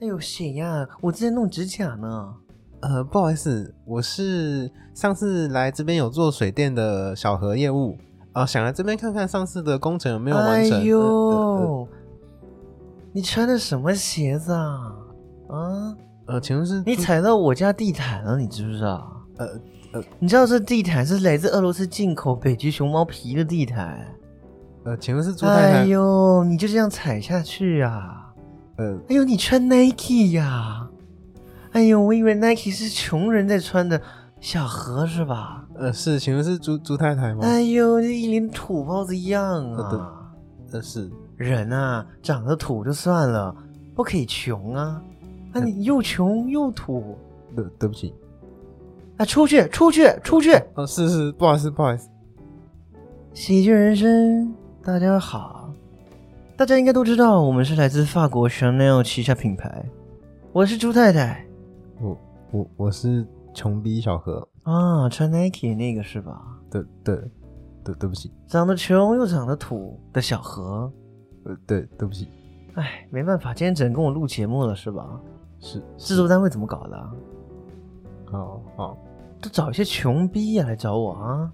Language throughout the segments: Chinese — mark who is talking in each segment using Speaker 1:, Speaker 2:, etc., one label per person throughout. Speaker 1: 哎呦，谁呀、我正在弄指甲呢。
Speaker 2: 呃，不好意思，我是上次来这边有做水电的小何业务，啊、想来这边看看上次的工程有没有完成。
Speaker 1: 哎
Speaker 2: 呃呃
Speaker 1: 呦，你穿的什么鞋子啊？啊，
Speaker 2: 呃呃请问是
Speaker 1: 你踩到我家地毯了，你知不知道？
Speaker 2: 呃
Speaker 1: 你知道这地毯是来自俄罗斯进口北极熊猫皮的地毯？
Speaker 2: 呃，请问是朱太太？
Speaker 1: 哎呦，你就这样踩下去啊！
Speaker 2: 呃
Speaker 1: 哎呦，你穿 Nike 呀、哎呦，我以为 Nike 是穷人在穿的，小何是吧？
Speaker 2: 呃，是，请问是朱朱太太吗？
Speaker 1: 哎呦，这一脸土包子样
Speaker 2: 嗯好的
Speaker 1: 啊！
Speaker 2: 呃，是，
Speaker 1: 人啊，长得土就算了，不可以穷啊！啊，你又穷又土
Speaker 2: 对，对不起。
Speaker 1: 啊！出去，出去，出去！
Speaker 2: 哦，是是，不好意思，不好意思。
Speaker 1: 喜剧人生，大家好。大家应该都知道，我们是来自法国 Chanel 旗下品牌。我是朱太太
Speaker 2: 我我我是穷逼小何，
Speaker 1: 啊，穿 Nike 那个是吧？
Speaker 2: 对对对，对不起，
Speaker 1: 长得穷又长得土的小何。
Speaker 2: 呃，对对不起，
Speaker 1: 哎，没办法，今天只能跟我录节目了，是吧？
Speaker 2: 是
Speaker 1: 制作单位怎么搞的啊？
Speaker 2: 哦好
Speaker 1: 都找一些穷逼呀、来找我啊！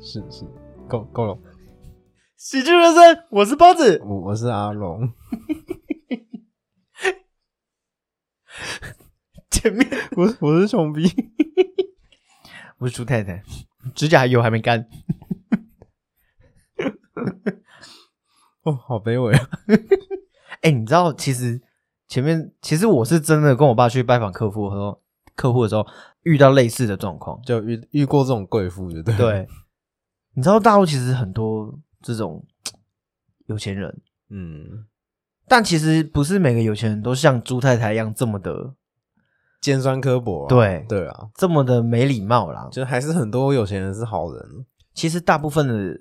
Speaker 2: 是是，够够了，
Speaker 1: 喜剧人生，我是包子。
Speaker 2: 我我是阿龙，
Speaker 1: 前面
Speaker 2: 我我是穷逼，
Speaker 1: 我是朱太太，指甲油还没干。
Speaker 2: 哦，好卑微啊，
Speaker 1: 哎、你知道其实前面其实我是真的跟我爸去拜访客户和说客户的时候遇到类似的状 况。
Speaker 2: 就遇遇过这种贵妇，对对
Speaker 1: 对，你知道大陆其实很多这种有钱人，
Speaker 2: 嗯，
Speaker 1: 但其实不是每个有钱人都像朱太太一样这么的
Speaker 2: 尖酸刻薄、啊，
Speaker 1: 对
Speaker 2: 对啊，
Speaker 1: 这么的没礼貌啦。
Speaker 2: 就还是很多有钱人是好人，
Speaker 1: 其实大部分的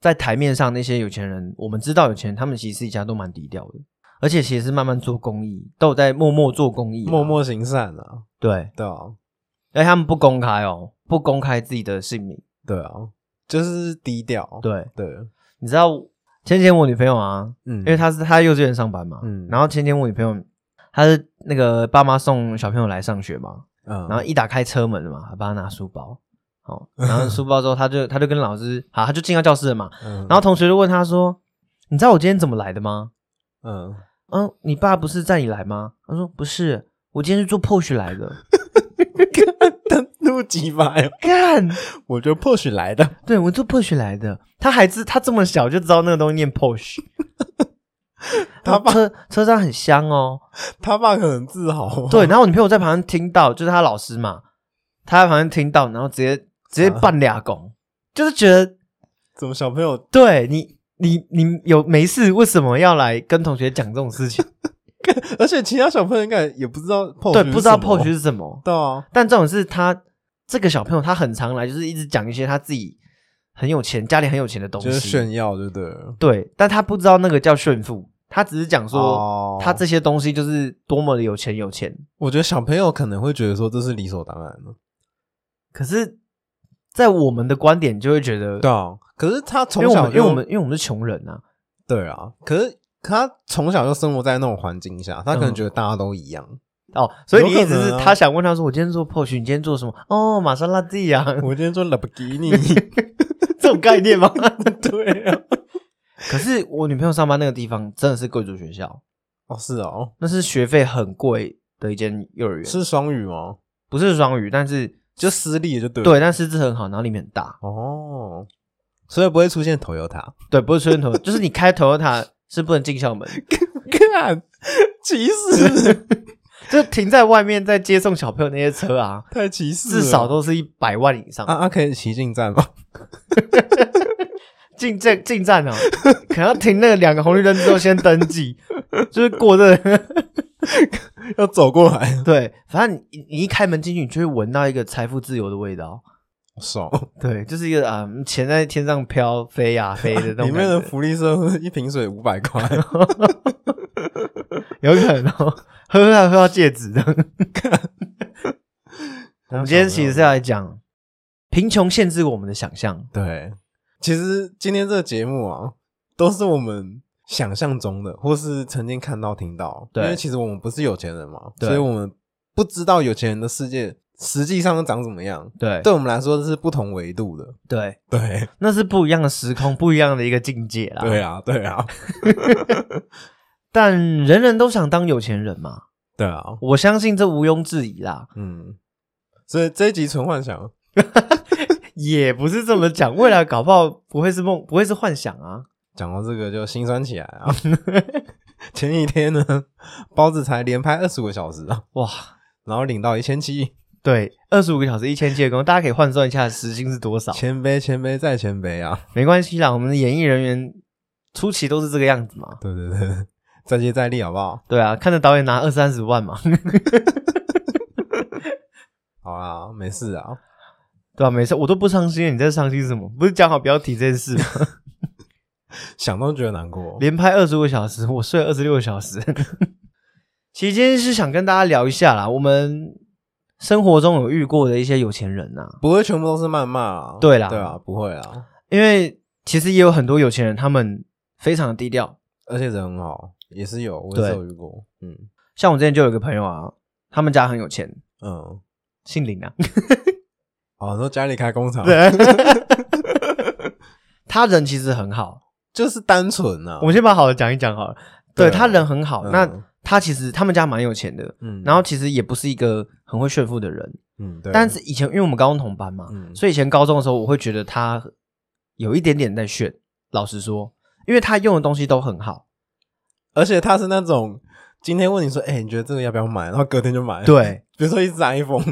Speaker 1: 在台面上那些有钱人，我们知道有钱人，他们其实私底下都蛮低调的，而且其实是慢慢做公益，都有在默默做公益啦，
Speaker 2: 默默行善啊，
Speaker 1: 对，
Speaker 2: 对啊，
Speaker 1: 而且哎他们不公开哦，不公开自己的姓名。
Speaker 2: 对啊，就是低调，
Speaker 1: 对，
Speaker 2: 对，
Speaker 1: 你知道前几天我女朋友啊，
Speaker 2: 嗯，
Speaker 1: 因为她是她在幼稚园上班嘛，
Speaker 2: 嗯
Speaker 1: 然后前几天我女朋友她是那个爸妈送小朋友来上学嘛，
Speaker 2: 嗯，
Speaker 1: 然后一打开车门嘛，还帮她拿书包，哦，然后书包之后，她就她就跟老师，好，她就进到教室了嘛，
Speaker 2: 嗯，
Speaker 1: 然后同学就问她说，你知道我今天怎么来的吗？
Speaker 2: 嗯，
Speaker 1: 嗯，你爸不是载你来吗？她说不是，我今天是坐 Porsche 来的。
Speaker 2: 登录几百，哦
Speaker 1: 干，
Speaker 2: 我觉得 push 来的，
Speaker 1: 对我坐 Porsche 来的，他还知他这么小就知道那个东西念 Porsche，
Speaker 2: 他爸
Speaker 1: 车车上很香哦。
Speaker 2: 他爸可能自豪，哦
Speaker 1: 对，，然后我女朋友在旁边听到，就是她老师嘛，她在旁边听到，然后直接直接
Speaker 2: 嗯
Speaker 1: 扮俩拱，就是觉得
Speaker 2: 怎么小朋友
Speaker 1: 对你你你有没事为什么要来跟同学讲这种事情？
Speaker 2: 而且其他小朋友应该也不知道 POS
Speaker 1: 对，不知道 Porsche
Speaker 2: POS
Speaker 1: 是什么，
Speaker 2: 对啊，
Speaker 1: 但这种是他这个小朋友他很常来，就是一直讲一些他自己很有钱、家里很有钱的东
Speaker 2: 就是
Speaker 1: 西。
Speaker 2: 炫耀，对不对？
Speaker 1: 对，但他不知道那个叫炫富，他只是讲说。
Speaker 2: 哦
Speaker 1: 他这些东西就是多么的有钱有钱，
Speaker 2: 我觉得小朋友可能会觉得说这是理所当然的，
Speaker 1: 可是，在我们的观点就会觉得，
Speaker 2: 对啊。可是他
Speaker 1: 因
Speaker 2: 从
Speaker 1: 为我
Speaker 2: 小
Speaker 1: 们
Speaker 2: 就
Speaker 1: 因为我们因为我们是穷人啊，
Speaker 2: 对啊，可是可他从小就生活在那种环境下，他可能
Speaker 1: 嗯
Speaker 2: 觉得大家都一样。
Speaker 1: 哦，所以你意思
Speaker 2: 有可
Speaker 1: 是
Speaker 2: 能啊
Speaker 1: 他想问他说，我今天做 Porsche，你今天做什么？哦，玛莎拉蒂啊，
Speaker 2: 我今天做 Lamborghini，
Speaker 1: 这种概念吗？
Speaker 2: 对啊，
Speaker 1: 可是我女朋友上班那个地方真的是贵族学校，
Speaker 2: 哦是 哦，
Speaker 1: 那是学费很贵的一间幼儿园，
Speaker 2: 是双语吗？
Speaker 1: 不是双语？但是
Speaker 2: 就私立的就对了
Speaker 1: 对，但师资很好，然后里面很大，
Speaker 2: 哦，所以不会出现 Toyota。
Speaker 1: 对，不是吹头，就是你开 Toyota 是不能进校门，
Speaker 2: 看，歧 视，
Speaker 1: 就停在外面在接送小朋友那些车啊，
Speaker 2: 太歧视了，
Speaker 1: 至少都是一百万以上
Speaker 2: 啊。啊，可以骑进站吗？
Speaker 1: 进站进站哦， 可能要停那个两个红绿灯之后先登记， 就是过这个
Speaker 2: 要走过来，
Speaker 1: 对，反正你你一开门进去，你就会闻到一个财富自由的味道，
Speaker 2: 爽！
Speaker 1: 对，就是一个啊、嗯钱在天上飘飞呀、飞的那种
Speaker 2: 里面的
Speaker 1: 感觉
Speaker 2: 福利社一瓶水五百 块，
Speaker 1: 有可能哦，喝到喝到戒指 的。我们今天其实是要来讲贫穷限制我们的想象，
Speaker 2: 对。其实今天这个节目啊，都是我们想象中的，或是曾经看到、听到。
Speaker 1: 对
Speaker 2: 因为其实我们不是有钱人嘛，
Speaker 1: 对
Speaker 2: 所以我们不知道有钱人的世界实际上长怎么样。
Speaker 1: 对
Speaker 2: 对我们来说是不同维度的。
Speaker 1: 对，
Speaker 2: 对，
Speaker 1: 那是不一样的时空，不一样的一个境界啦。
Speaker 2: 对啊，对啊，
Speaker 1: 但人人都想当有钱人嘛，
Speaker 2: 对啊，
Speaker 1: 我相信这毋庸置疑啦。
Speaker 2: 嗯。所以这一集纯幻想，
Speaker 1: 也不是这么讲，未来搞不好不会是梦，不会是幻想啊。
Speaker 2: 讲到这个就心酸起来啊。 前几天呢，包子才连拍二十个小时啊，
Speaker 1: 哇，
Speaker 2: 然后领到一千七，
Speaker 1: 对，二十五个小时一千七的工，大家可以换算一下时薪是多 少。
Speaker 2: 谦卑，谦卑再谦卑啊！
Speaker 1: 没关系啦，我们的演艺人员初期都是这个样子嘛。
Speaker 2: 对对对，再接再厉，好不好？
Speaker 1: 对啊，看着导演拿二三十万嘛，
Speaker 2: 好啦，没事啊。
Speaker 1: 对吧、没事，我都不伤心了，你在伤心什么？不是讲好不要提这件事吗？
Speaker 2: 想都觉得难过。
Speaker 1: 连拍二十五小时，我睡了二十六小时。 其实今天是想跟大家聊一下啦，我们生活中有遇过的一些有钱人啊呐、
Speaker 2: 不会全部都是谩骂啊，
Speaker 1: 对啦
Speaker 2: 对啊，不会啊，
Speaker 1: 因为其实也有很多有钱人，他们非常的低调。
Speaker 2: 而且人很好，也是有，我也是
Speaker 1: 对
Speaker 2: 有遇过，嗯
Speaker 1: 像我之前就有一个朋友啊，他们家很有钱，
Speaker 2: 嗯，
Speaker 1: 姓林啊，
Speaker 2: 哦，说家里开工厂，
Speaker 1: 对， 他人其实很好。
Speaker 2: 就是单纯啊
Speaker 1: 我，们先把好的讲一讲好了。对
Speaker 2: 对啊
Speaker 1: 他人很好，
Speaker 2: 嗯
Speaker 1: 那他其实他们家蛮有钱的，
Speaker 2: 嗯
Speaker 1: 然后其实也不是一个很会炫富的人，
Speaker 2: 嗯，对，
Speaker 1: 但是以前因为我们高中同班嘛，
Speaker 2: 嗯
Speaker 1: 所以以前高中的时候，我会觉得他有一点点在炫。老实说，因为他用的东西都很好，
Speaker 2: 而且他是那种今天问你说，哎，你觉得这个要不要买？然后隔天就买，，
Speaker 1: 对
Speaker 2: 比如说一只 iPhone，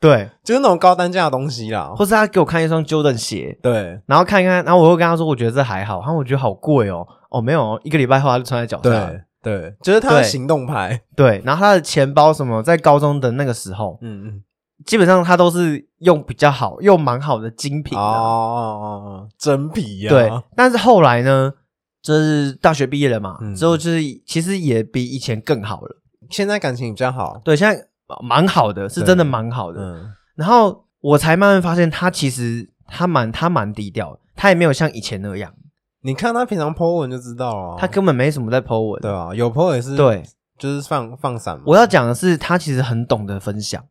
Speaker 1: 对，
Speaker 2: 就是那种高单价的东西啦，
Speaker 1: 或是他给我看一双 Jordan 鞋，
Speaker 2: 对
Speaker 1: 然后看一看，然后我会跟他说，我觉得这还好，然后我觉得好贵哦，哦没有哦，一个礼拜后他就穿在脚上了，
Speaker 2: 对对，就是他的
Speaker 1: 对
Speaker 2: 行动派，
Speaker 1: 对，然后他的钱包什么，在高中的那个时候，
Speaker 2: 嗯嗯，
Speaker 1: 基本上他都是用比较好又蛮好的精品
Speaker 2: 哦
Speaker 1: 啊，
Speaker 2: 哦，哦真皮呀，
Speaker 1: 对，但是后来呢，就是大学毕业了嘛，
Speaker 2: 嗯
Speaker 1: 之后就是其实也比以前更好了。
Speaker 2: 现在感情比较好，
Speaker 1: 对，现在蛮好的，是
Speaker 2: 对
Speaker 1: 真的蛮好的。
Speaker 2: 嗯
Speaker 1: 然后我才慢慢发现，他其实他蛮他蛮低调的，他也没有像以前那样，
Speaker 2: 你看他平常 po 文就知道了啊，
Speaker 1: 他根本没什么在 po 文。
Speaker 2: 对啊，有朋友也是
Speaker 1: 对
Speaker 2: 就是放放闪嘛。
Speaker 1: 我要讲的是，他其实很懂得分享，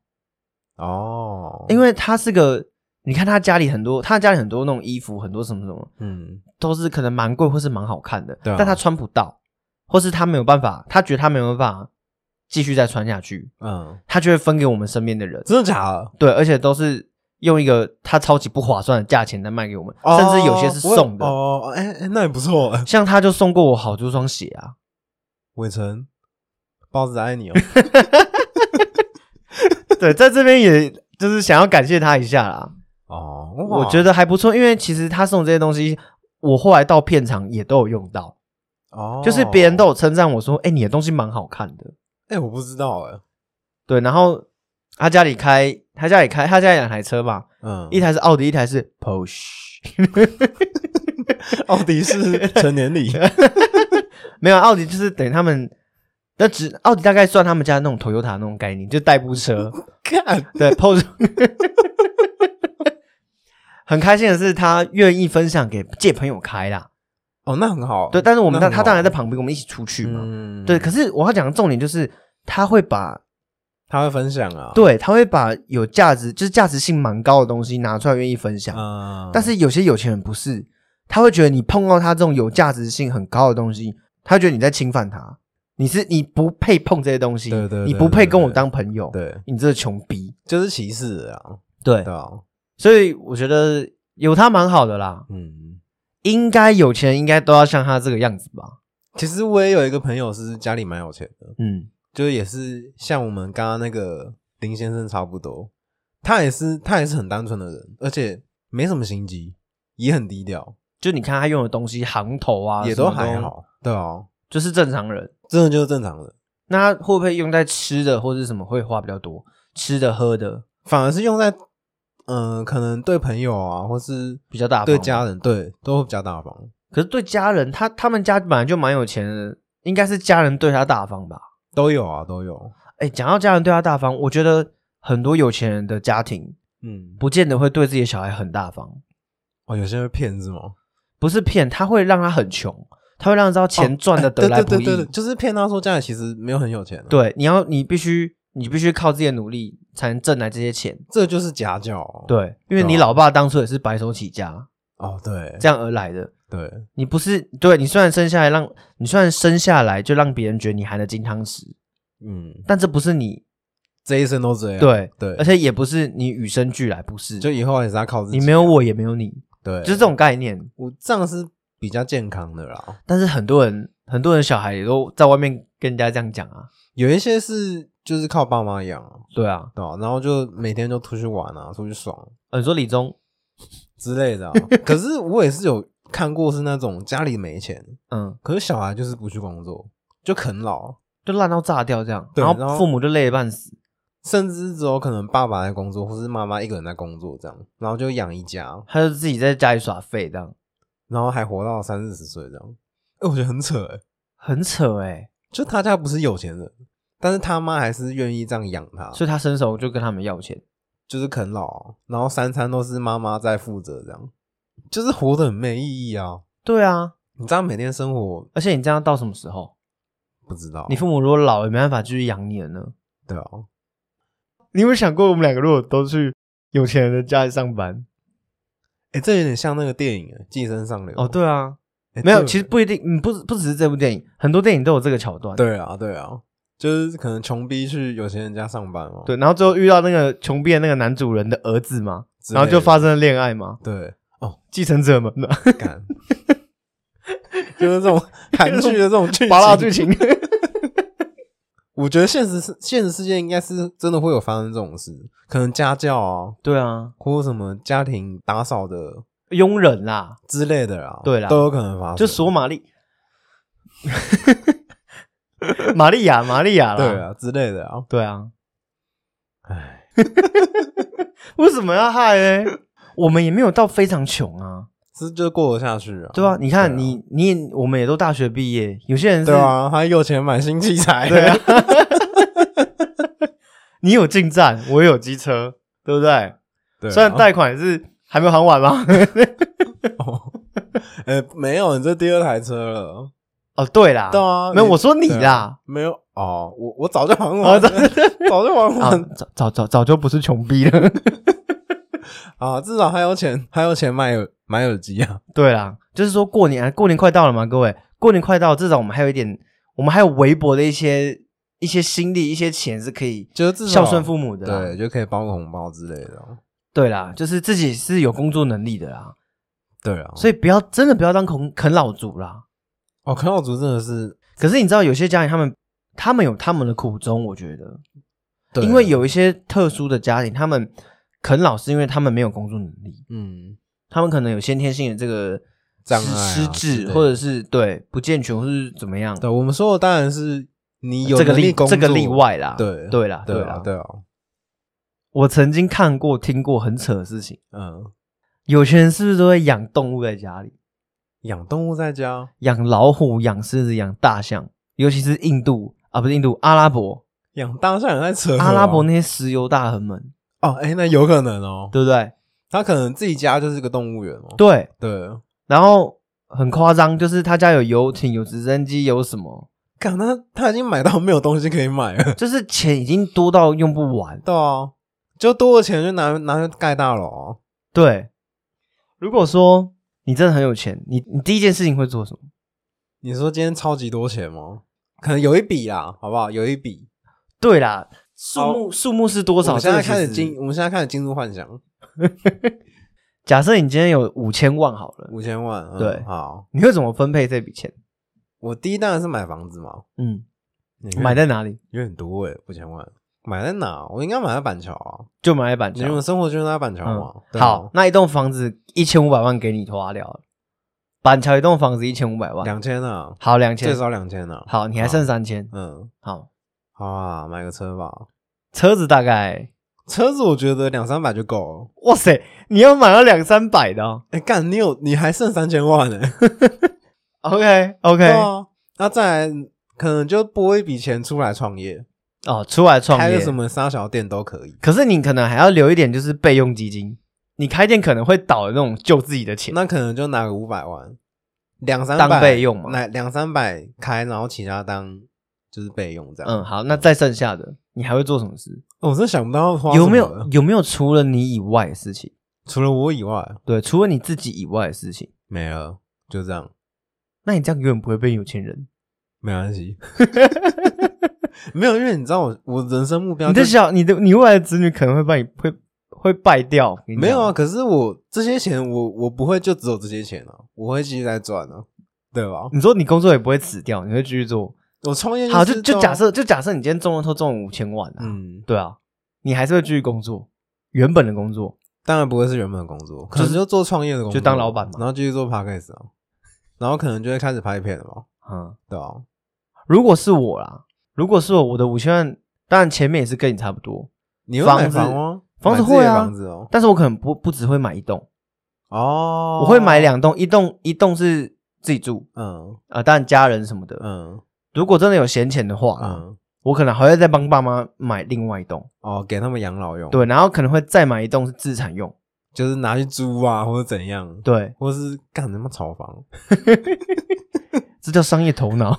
Speaker 2: 哦，
Speaker 1: 因
Speaker 2: 为
Speaker 1: 为他是个，你看他家里很多，他家里很多那种衣服，很多什么什么，
Speaker 2: 嗯
Speaker 1: 都是可能蛮贵或是蛮好看的，
Speaker 2: 对啊
Speaker 1: 但他穿不到，或是他没有办法，他觉得他没有办法继续再穿下去，
Speaker 2: 嗯，
Speaker 1: 他就会分给我们身边的人。
Speaker 2: 真的假的？
Speaker 1: 对，而且都是用一个他超级不划算的价钱来卖给我们，
Speaker 2: 哦
Speaker 1: 甚至有些是送的。
Speaker 2: 哦，哎、哎那也不错。
Speaker 1: 像他就送过我好多双鞋啊，
Speaker 2: 伟成，包子爱你哦。
Speaker 1: 对，在这边也就是想要感谢他一下啦，
Speaker 2: 哦，
Speaker 1: 我觉
Speaker 2: 得
Speaker 1: 得还不错，因为其实他送这些东西，我后来到片场也都有用到，
Speaker 2: 哦，
Speaker 1: 就是别人都有称赞我说，哎、你的东西蛮好看的，
Speaker 2: 哎、我不知道哎、
Speaker 1: 对，然后他家里开，他家里开，他家里两台车嘛，
Speaker 2: 嗯，
Speaker 1: 一台是奥迪，一台是 Porsche，
Speaker 2: 奥迪是成 年礼，
Speaker 1: 没有奥迪就是等于他们。那只奥迪大概算他们家那种 Toyota 那种概念，就代步 车。
Speaker 2: 看，
Speaker 1: 对 pose 很开心的是，他愿意分享给借朋友开啦。
Speaker 2: 哦，那很好。
Speaker 1: 对，但是我们他
Speaker 2: 那很好
Speaker 1: 他
Speaker 2: 啊
Speaker 1: 当然在旁边，我们一起出去嘛。
Speaker 2: 嗯，
Speaker 1: 对，，可是我要讲的重点就是，他会把
Speaker 2: 他会分享啊。，
Speaker 1: 对，他会把有价值，就是价值性蛮高的东西拿出来愿意分享。
Speaker 2: 嗯，
Speaker 1: 啊但是有些有钱人不是，他会觉得你碰到他这种有价值性很高的东西，他觉得你在侵犯他，你是你不配碰这些东西，
Speaker 2: 对对对
Speaker 1: 你不配跟我
Speaker 2: 对
Speaker 1: 当朋友，
Speaker 2: 对，
Speaker 1: 你这个穷逼。
Speaker 2: 就是歧视啊，
Speaker 1: 对
Speaker 2: 对啊，
Speaker 1: 所以我觉得有他蛮好的啦，
Speaker 2: 嗯。
Speaker 1: 应该有钱人应该都要像他这个样子吧？
Speaker 2: 其实我也有一个朋友是家里蛮有钱的，
Speaker 1: 嗯，
Speaker 2: 就是也是像我们刚刚那个林先生差不多，他也是他也是很单纯的人，而且没什么心机，也很低调，
Speaker 1: 就你看他用的东西、行头啊，
Speaker 2: 也
Speaker 1: 什么
Speaker 2: 都还，好，对啊，
Speaker 1: 就是正常人。
Speaker 2: 真的就是正常人，
Speaker 1: 那他会不会用在吃的或者什么会花比较多？吃的喝的
Speaker 2: 反而是用在嗯、呃可能对朋友啊，或是
Speaker 1: 比较大方，
Speaker 2: 对家。人，对都会比较大方，
Speaker 1: 可是对家人，他他们家本来就蛮有钱的，应该是家人对他大方吧？
Speaker 2: 都有啊，都有，
Speaker 1: 哎，讲到家人对他大方，我觉得很多有钱人的家庭
Speaker 2: 嗯，
Speaker 1: 不见得会对自己的小孩很大方，
Speaker 2: 哦，有些会骗是吗？
Speaker 1: 不是骗，他会让他很穷，他会让你知道钱赚 的得
Speaker 2: 对
Speaker 1: 来
Speaker 2: 对
Speaker 1: 不
Speaker 2: 哦对
Speaker 1: 易。
Speaker 2: 对，对就是骗他说家里其实没有很有钱、啊，，
Speaker 1: 对，你要你必须你必须靠自己的努力才能挣来这些钱。
Speaker 2: 这就是家教、哦。
Speaker 1: 对，因为
Speaker 2: 对啊
Speaker 1: 你老爸当初也是白手起家
Speaker 2: 哦，对，
Speaker 1: 这样而来的。
Speaker 2: 对，
Speaker 1: 你不是对你虽然生下来让你虽然生下来就让别人觉得你含了金汤匙，
Speaker 2: 嗯，
Speaker 1: 但这不是你
Speaker 2: 这一生都这样。
Speaker 1: 对，
Speaker 2: 对，
Speaker 1: 而且也不是你与生俱来，不是
Speaker 2: 就以后也是要靠自己啊、
Speaker 1: 你没有我也没有你，
Speaker 2: 对，
Speaker 1: 就是这种概念。
Speaker 2: 我这样是比较健康的啦。
Speaker 1: 但是很多人很多人小孩也都在外面跟人家这样讲啊，
Speaker 2: 有一些是就是靠爸妈养啊，
Speaker 1: 对啊，
Speaker 2: 对吧、然后就每天就出去玩啊，出去爽
Speaker 1: 呃你说李宗，
Speaker 2: 之类 的、啊。可是我也是有看过是那种家里没钱，
Speaker 1: 嗯，
Speaker 2: 可是小孩就是不去工作，就啃老，
Speaker 1: 就烂到炸掉这样，
Speaker 2: 对
Speaker 1: 然
Speaker 2: 然
Speaker 1: 后
Speaker 2: 后
Speaker 1: 父母就累得半死，
Speaker 2: 甚至只有可能爸爸在工作，或是妈妈一个人在工作这样，然后就养一家，
Speaker 1: 他就自己在家里耍废这样，
Speaker 2: 然后还活到三四十岁这样。哎、我觉得很扯哎、
Speaker 1: 很扯哎、
Speaker 2: 就他家不是有钱人，但是他妈还是愿意这样养他，
Speaker 1: 所以他伸手就跟他们要钱，
Speaker 2: 就是啃老啊、然后三餐都是妈妈在负责，这样就是活得很没意义啊。
Speaker 1: 对啊，
Speaker 2: 你这样每天生活
Speaker 1: 而且你这样到什么时候？
Speaker 2: 不知道，
Speaker 1: 你父母如果老了没办法继续养你了呢？
Speaker 2: 对啊，
Speaker 1: 你有没有想过我们两个如果都去有钱人的家里上班？
Speaker 2: 哎、这有点像那个电影《寄生上流》欸
Speaker 1: 哦，对啊，
Speaker 2: 诶，
Speaker 1: 没有，
Speaker 2: 对
Speaker 1: 其实不一定，嗯，不不只是这部电影，很多电影都有这个桥段。
Speaker 2: 对啊，对啊，就是可能穷逼去有钱人家上班嘛，
Speaker 1: 对，然后最后遇到那个穷逼的那个男主人的儿子嘛，
Speaker 2: 之类
Speaker 1: 然
Speaker 2: 的，
Speaker 1: 后就发生了恋爱嘛，
Speaker 2: 对，
Speaker 1: 继承者们 的
Speaker 2: 干， 就是这种韩剧的这种剧
Speaker 1: 拔蜡
Speaker 2: 情
Speaker 1: 剧情。
Speaker 2: 我觉得现实世现实世界应该是真的会有发生这种事，可能家教啊，
Speaker 1: 对啊，
Speaker 2: 或者什么家庭打扫的
Speaker 1: 佣人啦，
Speaker 2: 之类的啦，
Speaker 1: 对啦
Speaker 2: 都有可能发生。
Speaker 1: 就索玛丽，玛利亚，玛利亚啦，
Speaker 2: 对，啊之类的啊。
Speaker 1: 对啊，
Speaker 2: 唉，
Speaker 1: 为什么要害呢？我们也没有到非常穷啊，
Speaker 2: 是就过得下去啊。
Speaker 1: 对吧、你看，
Speaker 2: 对啊
Speaker 1: 你你也我们也都大学毕业，有些人是，
Speaker 2: 对啊，还有钱买新器材。
Speaker 1: 对啊， 你有进站，我有机车，对不对？
Speaker 2: 对啊，
Speaker 1: 虽然贷款是还没有还完 吗？
Speaker 2: 哦， 呃，没有，你这第二台车了。
Speaker 1: 哦，对啦，
Speaker 2: 对啊，
Speaker 1: 没有，我说你
Speaker 2: 对啊
Speaker 1: 啦，
Speaker 2: 没有哦，我我早就还
Speaker 1: 哦
Speaker 2: 完
Speaker 1: 对
Speaker 2: 了， 早就还
Speaker 1: 啊
Speaker 2: 完了，
Speaker 1: 早早早早就不是穷逼了。
Speaker 2: 啊，至少还有钱，还有钱买耳买耳机啊。
Speaker 1: 对啦，就是说过年，哎过年快到了嘛，各位，过年快到，至少我们还有一点，我们还有微薄的一些一些心力、一些钱是可以
Speaker 2: 就是至少
Speaker 1: 孝顺父母啊的啦。
Speaker 2: 对，就可以包个红包之类的啊。
Speaker 1: 对啦，就是自己是有工作能力的啦，
Speaker 2: 对啊，
Speaker 1: 所以不要真的不要当啃啃老族啦。
Speaker 2: 哦，啃老族真的是，
Speaker 1: 可是你知道，有些家庭他们他们有他们的苦衷，我觉得，
Speaker 2: 对
Speaker 1: 因为有一些特殊的家庭，他们啃老是因为他们没有工作能力，
Speaker 2: 嗯，
Speaker 1: 他们可能有先天性的这个
Speaker 2: 障
Speaker 1: 失
Speaker 2: 碍啊
Speaker 1: 失
Speaker 2: 之类
Speaker 1: 智，
Speaker 2: 的
Speaker 1: 或者是对不健全，或是怎么样。
Speaker 2: 对我们说的当然是你有
Speaker 1: 这个
Speaker 2: 能力
Speaker 1: 例
Speaker 2: 工
Speaker 1: 这个
Speaker 2: 作
Speaker 1: 例，外啦，
Speaker 2: 对
Speaker 1: 对啦，
Speaker 2: 对啊
Speaker 1: 啦，
Speaker 2: 对啊，
Speaker 1: 我曾经看过、听过很扯的事情，
Speaker 2: 嗯，
Speaker 1: 有钱人是不是都会养动物在家里，
Speaker 2: 养动物在家
Speaker 1: 养老虎、养狮子、养大象，尤其是印度啊，不是印度，阿拉伯，
Speaker 2: 养大象也太扯了吧，
Speaker 1: 阿拉伯那些石油大亨们，
Speaker 2: 哦，哎、那有可能哦，
Speaker 1: 对不对？
Speaker 2: 他可能自己家就是个动物园哦，
Speaker 1: 对，
Speaker 2: 对，
Speaker 1: 然后很夸张，就是他家有游艇、有直升机、有什么，
Speaker 2: 看他他已经买到没有东西可以买了，
Speaker 1: 就是钱已经多到用不完。
Speaker 2: 对啊，就多的钱就拿拿去盖大楼、哦，
Speaker 1: 对，如果说你真的很有钱，你你第一件事情会做什么？
Speaker 2: 你说今天超级多钱吗？可能有一笔啦，好不好？有一笔，
Speaker 1: 对啦，数目数目是多
Speaker 2: 我
Speaker 1: 少？
Speaker 2: 们现在
Speaker 1: 这个其
Speaker 2: 开始
Speaker 1: 实
Speaker 2: 进，我们现在开始进入幻想，
Speaker 1: 假设你今天有五千万好了，
Speaker 2: 五千万，嗯
Speaker 1: 对
Speaker 2: 好，
Speaker 1: 你会怎么分配这笔钱？
Speaker 2: 我第一当然是买房子嘛，
Speaker 1: 嗯，买在哪里？
Speaker 2: 有点多诶，五千万。买在哪？我应该买在板桥啊，
Speaker 1: 就买在板
Speaker 2: 因为
Speaker 1: 桥
Speaker 2: 我。生活就是在板桥
Speaker 1: 嗯
Speaker 2: 嘛。对啊
Speaker 1: 好，，那一栋房子一千五百万给你花掉了，板桥一栋房子一千五百万，
Speaker 2: 两千啊，
Speaker 1: 好两
Speaker 2: 最
Speaker 1: 千，
Speaker 2: 少两千啊。
Speaker 1: 好，你还剩三千，
Speaker 2: 嗯，
Speaker 1: 好，
Speaker 2: 好啊，买个车吧。
Speaker 1: 车子大概，
Speaker 2: 车子我觉得两三百就够了。
Speaker 1: 哇塞，你要买到两三百的哦
Speaker 2: 哎、干，你有你还剩三千万呢、
Speaker 1: ，OK
Speaker 2: 对
Speaker 1: OK，
Speaker 2: 啊，那再来可能就拨一笔钱出来创业，
Speaker 1: 哦，出来创
Speaker 2: 开
Speaker 1: 业
Speaker 2: 个什，么沙小店都可以。
Speaker 1: 可是你可能还要留一点，就是备用基金，你开店可能会倒的那种救自己的钱，
Speaker 2: 那可能就拿个五百万，两三
Speaker 1: 当
Speaker 2: 百
Speaker 1: 备用嘛
Speaker 2: 那两三百开，然后其他当就是备用这样。
Speaker 1: 嗯，好，那再剩下的你还会做什么事？
Speaker 2: 哦，我真的想不到花
Speaker 1: 有
Speaker 2: 什
Speaker 1: 没
Speaker 2: 么
Speaker 1: 有有没有除了你以外的事情？
Speaker 2: 除了我以外
Speaker 1: 对，除了你自己以外的事情，
Speaker 2: 没了，就这样，
Speaker 1: 那你这样永远不会变有钱人。
Speaker 2: 没关系。 没有，因为你知道我我人生目标
Speaker 1: 你
Speaker 2: 啊就
Speaker 1: 的小你的你未来的子女可能会把你会会败掉。我跟你
Speaker 2: 没有啊，
Speaker 1: 讲，
Speaker 2: 可是我这些钱我我不会就只有这些钱啊，我会继续再赚啊，对吧？
Speaker 1: 你说你工作也不会辞掉，你会继续做。
Speaker 2: 我创业
Speaker 1: 好，
Speaker 2: 是
Speaker 1: 就就
Speaker 2: 到
Speaker 1: 假设就假设你今天中了头中了五千万啊，
Speaker 2: 嗯，
Speaker 1: 对啊，你还是会继续工作，原本的工作。
Speaker 2: 当然不会是原本的工作，可
Speaker 1: 就是
Speaker 2: 能就做创业的工作，
Speaker 1: 就当老板嘛
Speaker 2: 然后继续做 podcast 啊，然后可能就会开始拍片了嘛，
Speaker 1: 嗯，
Speaker 2: 对啊，
Speaker 1: 如果是我啦，如果是我，我的五千万，当然前面也是跟你差不多，
Speaker 2: 你会买
Speaker 1: 房子
Speaker 2: 房吗？
Speaker 1: 房子
Speaker 2: 买自己的
Speaker 1: 会啊
Speaker 2: 房子哦，
Speaker 1: 但是我可能不不只会买一栋，
Speaker 2: 哦，
Speaker 1: 我会买，两栋，一栋一栋是自己住
Speaker 2: 嗯
Speaker 1: 啊、当然家人什么的。
Speaker 2: 嗯
Speaker 1: 如果真的有闲钱的话啦，
Speaker 2: 嗯，
Speaker 1: 我可能还会再帮爸妈买另外一栋，
Speaker 2: 哦，给他们养老用，，
Speaker 1: 对，然后可能会再买一栋是自产用，
Speaker 2: 就是拿去租啊，或者怎样，
Speaker 1: 对，
Speaker 2: 或是干他妈炒房，
Speaker 1: 这叫商业头脑。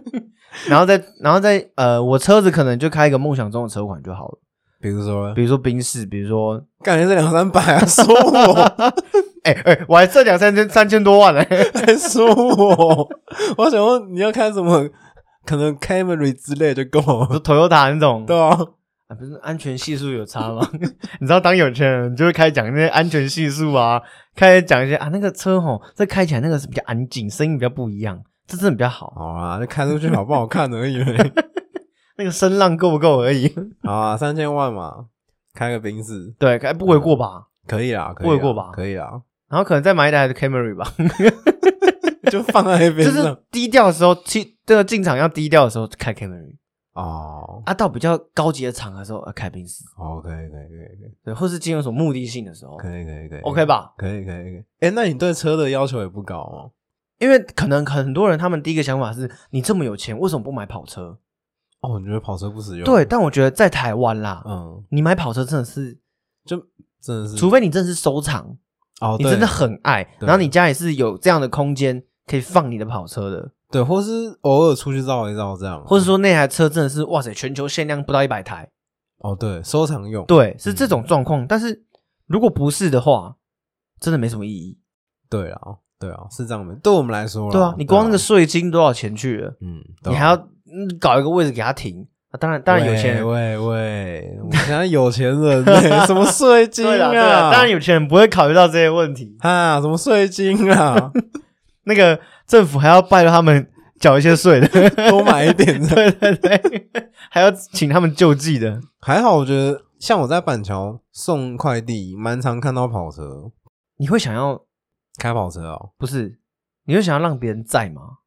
Speaker 1: 然后再，然后再，呃，我车子可能就开一个梦想中的车款就好了，
Speaker 2: 比如说
Speaker 1: 比，如说宾士，比如说，
Speaker 2: 感觉这两三百啊，说我。
Speaker 1: 哎、哎、我还剩两三千三千多万呢、
Speaker 2: 还说我，我想问你要开什么？可能 Camry 之类就够
Speaker 1: 我
Speaker 2: 了，
Speaker 1: 说 Toyota 那种，
Speaker 2: 对啊，
Speaker 1: 啊，不是安全系数有差吗？你知道当有钱人就会开始讲那些安全系数啊，开始讲一些啊那个车吼，这开起来那个是比较安静，声音比较不一样，这真的比较好，
Speaker 2: 好啊，就开出去好不好看而已。
Speaker 1: 那个声浪够不够而已。
Speaker 2: 好啊，三千万嘛，开个宾士
Speaker 1: 对，还不为过吧？
Speaker 2: 可以啦，可以
Speaker 1: 不为
Speaker 2: 啦
Speaker 1: 过吧
Speaker 2: 可以啦，
Speaker 1: 然后可能再买一台 Camry 吧，
Speaker 2: 就放在 那
Speaker 1: 就
Speaker 2: 边
Speaker 1: 是
Speaker 2: 上。
Speaker 1: 低调的时候，去这个进场要低调的时候开 Camry，
Speaker 2: 哦
Speaker 1: 啊，到比较高级的场合的时候啊开宾士，
Speaker 2: 哦，可以可以可以
Speaker 1: 对，或是进入所目的性的时候
Speaker 2: 可以可以可以可以
Speaker 1: ，OK 吧？
Speaker 2: 可以可以可以。哎，那你对车的要求也不高哦？
Speaker 1: 因为可能很多人他们第一个想法是你这么有钱，为什么不买跑车？
Speaker 2: 哦，你觉得跑车不实用？
Speaker 1: 对，，但我觉得在台湾啦，
Speaker 2: 嗯，
Speaker 1: 你买跑车真的是，
Speaker 2: 就真的是，
Speaker 1: 除非你真的是收藏，
Speaker 2: 嗯哦，
Speaker 1: 你
Speaker 2: 对
Speaker 1: 真的很爱，
Speaker 2: 对
Speaker 1: 然后你家里是有这样的空间可以放你的跑车的，
Speaker 2: 对，或是偶尔出去绕一绕这样，啊
Speaker 1: 或者说那台车真的是哇塞，全球限量不到一百台，
Speaker 2: 哦，对，收藏用，
Speaker 1: 对，是这种状况。但是如果不是的话，真的没什么意义。
Speaker 2: 对啊，对啊，是这样的。对我们来说啦，
Speaker 1: 对啊，你光那个
Speaker 2: 对啊
Speaker 1: 税金多少钱去了？
Speaker 2: 嗯，对啊
Speaker 1: 你还要嗯搞一个位置给他停啊？当然，当然有钱人。
Speaker 2: 喂喂，喂我现 在有钱人呢，什么税金
Speaker 1: 对
Speaker 2: 啊？
Speaker 1: 啦对啦当然有钱人不会考虑到这些问题。
Speaker 2: 啊，什么税 金啊？
Speaker 1: 那个政府还要拜托他们缴一些税的。
Speaker 2: 多买一点的。
Speaker 1: 对对对，还要请他们救济的。
Speaker 2: 还好，我觉得像我在板桥送快递，蛮常看到跑车，
Speaker 1: 你会想要
Speaker 2: 开跑车哦。
Speaker 1: 不是？你会想要让别人载吗？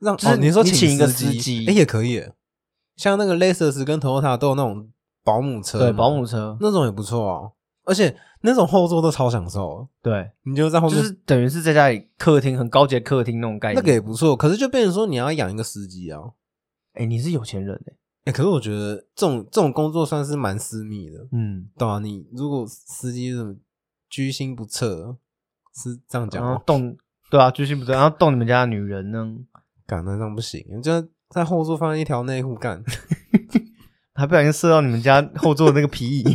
Speaker 2: 让
Speaker 1: 就是
Speaker 2: 哦，你说
Speaker 1: 你请一个
Speaker 2: 司
Speaker 1: 司机
Speaker 2: 哎，也可以耶。像那个 Lexus 跟 Toyota 都有那种保姆车嘛，
Speaker 1: 对，保姆车，
Speaker 2: 那种也不错哦。而且那种后座都超享受，
Speaker 1: 对，
Speaker 2: 你就在后
Speaker 1: 就
Speaker 2: 面
Speaker 1: 是等于是在家里客厅很高级的客厅那种概
Speaker 2: 那
Speaker 1: 念。
Speaker 2: 个也不错，可是就变成说你要养一个司机啊。
Speaker 1: 哎，你是有钱人哎，
Speaker 2: 哎、可是我觉得这种这种工作算是蛮私密的，
Speaker 1: 嗯，
Speaker 2: 对啊，你如果司机这么居心不测，是这样讲
Speaker 1: 然后
Speaker 2: 吗？
Speaker 1: 动，对啊，居心不正，然后动你们家的女人呢，
Speaker 2: 干、那这样不行，就在后座放一条内裤干，
Speaker 1: 还不小心射到你们家后座的那个皮椅。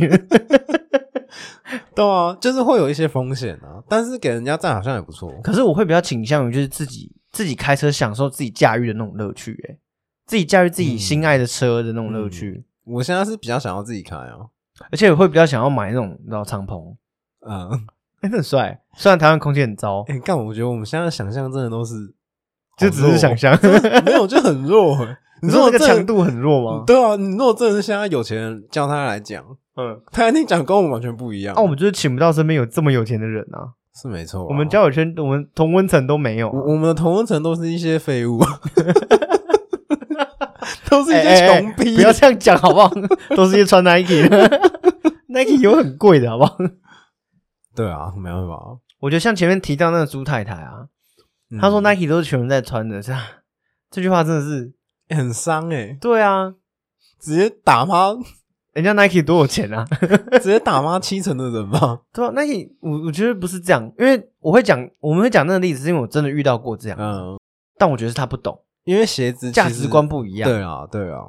Speaker 2: 对啊，就是会有一些风险啊。但是给人家站好像也不错，
Speaker 1: 可是我会比较倾向于就是自己自己开车享受自己驾驭的那种乐趣，哎，自己驾驭自己
Speaker 2: 嗯
Speaker 1: 心爱的车的那种乐
Speaker 2: 嗯
Speaker 1: 趣，
Speaker 2: 我现在是比较想要自己开啊。
Speaker 1: 而且我会比较想要买那种你知道敞篷。
Speaker 2: 嗯，
Speaker 1: 哎、那很帅。虽然台湾空气很糟，
Speaker 2: 哎、干，我觉得我们现在的想象真的都是，
Speaker 1: 就只是想象。
Speaker 2: 象，没有就很弱、
Speaker 1: 你说那个强
Speaker 2: 度，
Speaker 1: 度很弱吗？
Speaker 2: 对啊，你如果真的是现在有钱人叫他来讲，
Speaker 1: 嗯，
Speaker 2: 他一定讲跟我们完全不一
Speaker 1: 啊
Speaker 2: 样。
Speaker 1: 哦那、我们就是请不到身边有这么有钱的人啊。
Speaker 2: 是没错啊、
Speaker 1: 我们交友圈，我们同温层都没有、啊
Speaker 2: 我我们的同温层都是一些废 物，都是一
Speaker 1: 哎
Speaker 2: 些
Speaker 1: 哎哎
Speaker 2: 穷逼。
Speaker 1: 不要这样讲好不 好？都是一些穿 Nike 的 ，Nike 有很贵的好不好？
Speaker 2: 对啊，没办法。嗯
Speaker 1: 我觉得像前面提到那个朱太太啊，她说 Nike 都是穷人在穿的，这这句话真的是
Speaker 2: 欸嗯很伤哎、
Speaker 1: 对啊。
Speaker 2: 直接打趴
Speaker 1: 人家 Nike 多有钱啊，
Speaker 2: 直接打妈七成的人吗？
Speaker 1: 对啊，Nike 我我觉得不是这样，因为我会讲我们会讲那个例子，是因为我真的遇到过这样，
Speaker 2: 嗯，
Speaker 1: 但我觉得是他不懂，
Speaker 2: 因为鞋子其实
Speaker 1: 价值观不一样。
Speaker 2: 对啊，对啊，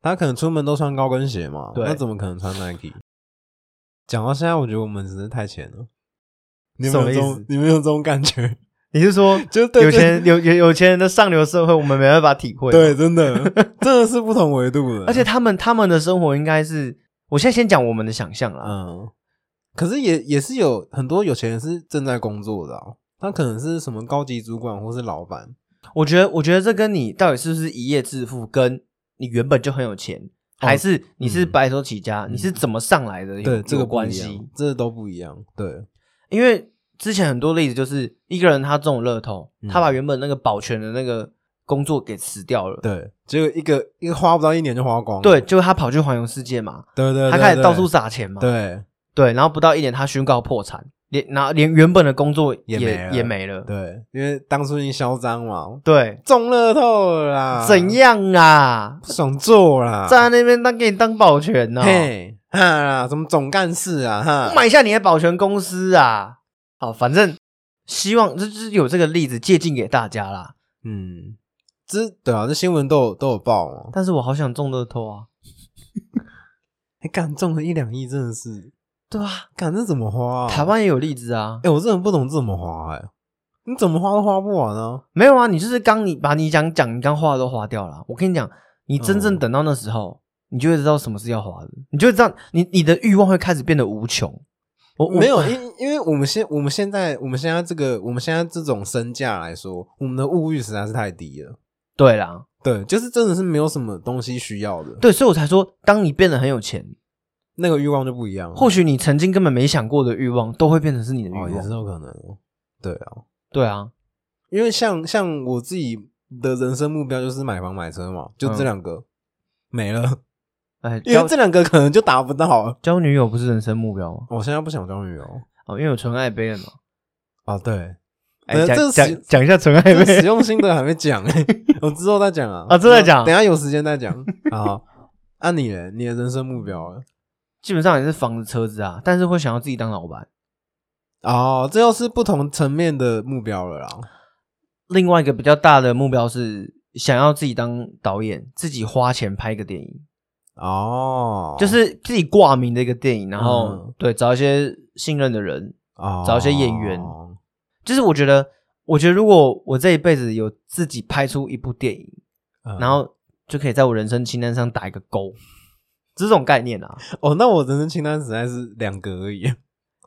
Speaker 2: 他可能出门都穿高跟鞋嘛，
Speaker 1: 对
Speaker 2: 那怎么可能穿 Nike？讲到现在，我觉得我们只是太浅了。你有没
Speaker 1: 什
Speaker 2: 有这
Speaker 1: 么意
Speaker 2: 种
Speaker 1: 思？
Speaker 2: 你有没有这种感觉？
Speaker 1: 你是说
Speaker 2: 就是对
Speaker 1: 有钱有有有钱人的上流社会，我们没办法体会。
Speaker 2: 对，，真的真的是不同维度的。
Speaker 1: 而且他们他们的生活应该是，我现在先讲我们的想象啦。
Speaker 2: 嗯，可是也也是有很多有钱人是正在工作的、啊，他可能是什么高级主管或是老板，
Speaker 1: 我觉得我觉得这跟你到底是不是一夜致富，跟你原本就很有钱，还是你是白手起家，你是怎么上来的有？
Speaker 2: 哦嗯对这个
Speaker 1: 有
Speaker 2: 不一
Speaker 1: 关
Speaker 2: 样
Speaker 1: 系，，
Speaker 2: 这都不一样。对，
Speaker 1: 因为之前很多例子就是一个人他中了乐透，
Speaker 2: 嗯
Speaker 1: 他把原本那个保全的那个工作给辞掉了，
Speaker 2: 对，结果一个一个花不到一年就花光了，
Speaker 1: 对，就他跑去环游世界嘛，
Speaker 2: 对对，
Speaker 1: 他
Speaker 2: 对
Speaker 1: 开始到处
Speaker 2: 对
Speaker 1: 撒钱嘛，
Speaker 2: 对
Speaker 1: 对，然后不到一年他宣告破产，连然后连原本的工作也
Speaker 2: 也没了
Speaker 1: 也没了，
Speaker 2: 对，因为当初已经嚣张嘛，
Speaker 1: 对，
Speaker 2: 中乐透了啦，
Speaker 1: 怎样啊？
Speaker 2: 爽做啦，
Speaker 1: 在那边当给你当保全呢、
Speaker 2: 啊嘿哈啦，什么总干事啊哈
Speaker 1: 我，买下你的保全公司啊！好，反正希望这就是有这个例子借鉴给大家啦。
Speaker 2: 嗯，这对啊，这新闻都有都有报哦嘛，
Speaker 1: 但是我好想中乐透啊！
Speaker 2: 哎，干中了一两亿真的是。
Speaker 1: 对啊，
Speaker 2: 干这怎么花、啊？
Speaker 1: 台湾也有例子啊。
Speaker 2: 哎、我真的不懂这怎么花哎、你怎么花都花不完啊！
Speaker 1: 没有啊，你就是刚你把你想讲你刚花的都花掉了。我跟你讲，你真正
Speaker 2: 哦
Speaker 1: 等到那时候，你就会知道什么是要花的，你就会知道你你的欲望会开始变得无穷。我我
Speaker 2: 没有，因因为我们现我们现在我们现在这个我们现在这种身价来说，我们的物欲实在是太低了。
Speaker 1: 对啦，
Speaker 2: 对，就是真的是没有什么东西需要的，
Speaker 1: 对，所以我才说，当你变得很有钱，
Speaker 2: 那个欲望就不一样了。
Speaker 1: 或许你曾经根本没想过的欲望，都会变成是你的欲
Speaker 2: 哦，
Speaker 1: 望。
Speaker 2: 也是有可能哦。对啊，
Speaker 1: 对啊，
Speaker 2: 因为像像我自己的人生目标就是买房买车嘛，就这
Speaker 1: 嗯
Speaker 2: 两个、没了，
Speaker 1: 哎，
Speaker 2: 因为
Speaker 1: 交
Speaker 2: 这两个可能就达不 到了。
Speaker 1: 交女友不是人生目标吗？
Speaker 2: 我现在不想交女友
Speaker 1: 哦，因为有纯爱杯了嘛。
Speaker 2: 啊，对，
Speaker 1: 哎，
Speaker 2: 呃这
Speaker 1: 讲讲
Speaker 2: 个实
Speaker 1: 讲一下纯爱
Speaker 2: 这实
Speaker 1: 杯，
Speaker 2: 用心得还没讲哎、我之后再讲啊。
Speaker 1: 啊之后再讲
Speaker 2: 等一下有时间再讲啊。按、你嘞，你的人生目标了
Speaker 1: 基本上也是房子、车子啊，但是会想要自己当老板。
Speaker 2: 哦，这又是不同层面的目标了啦。
Speaker 1: 另外一个比较大的目标是想要自己当导演，自己花钱拍一个电影，
Speaker 2: 哦，
Speaker 1: 就是自己挂名的一个电影，然后、
Speaker 2: 嗯
Speaker 1: 对找一些信任的人。
Speaker 2: 哦
Speaker 1: 找一些演员就是我觉得，我觉得如果我这一辈子有自己拍出一部电影，
Speaker 2: 嗯
Speaker 1: 然后就可以在我人生清单上打一个勾，这种概念啊。
Speaker 2: 哦，那我人生清单实在是两个而已，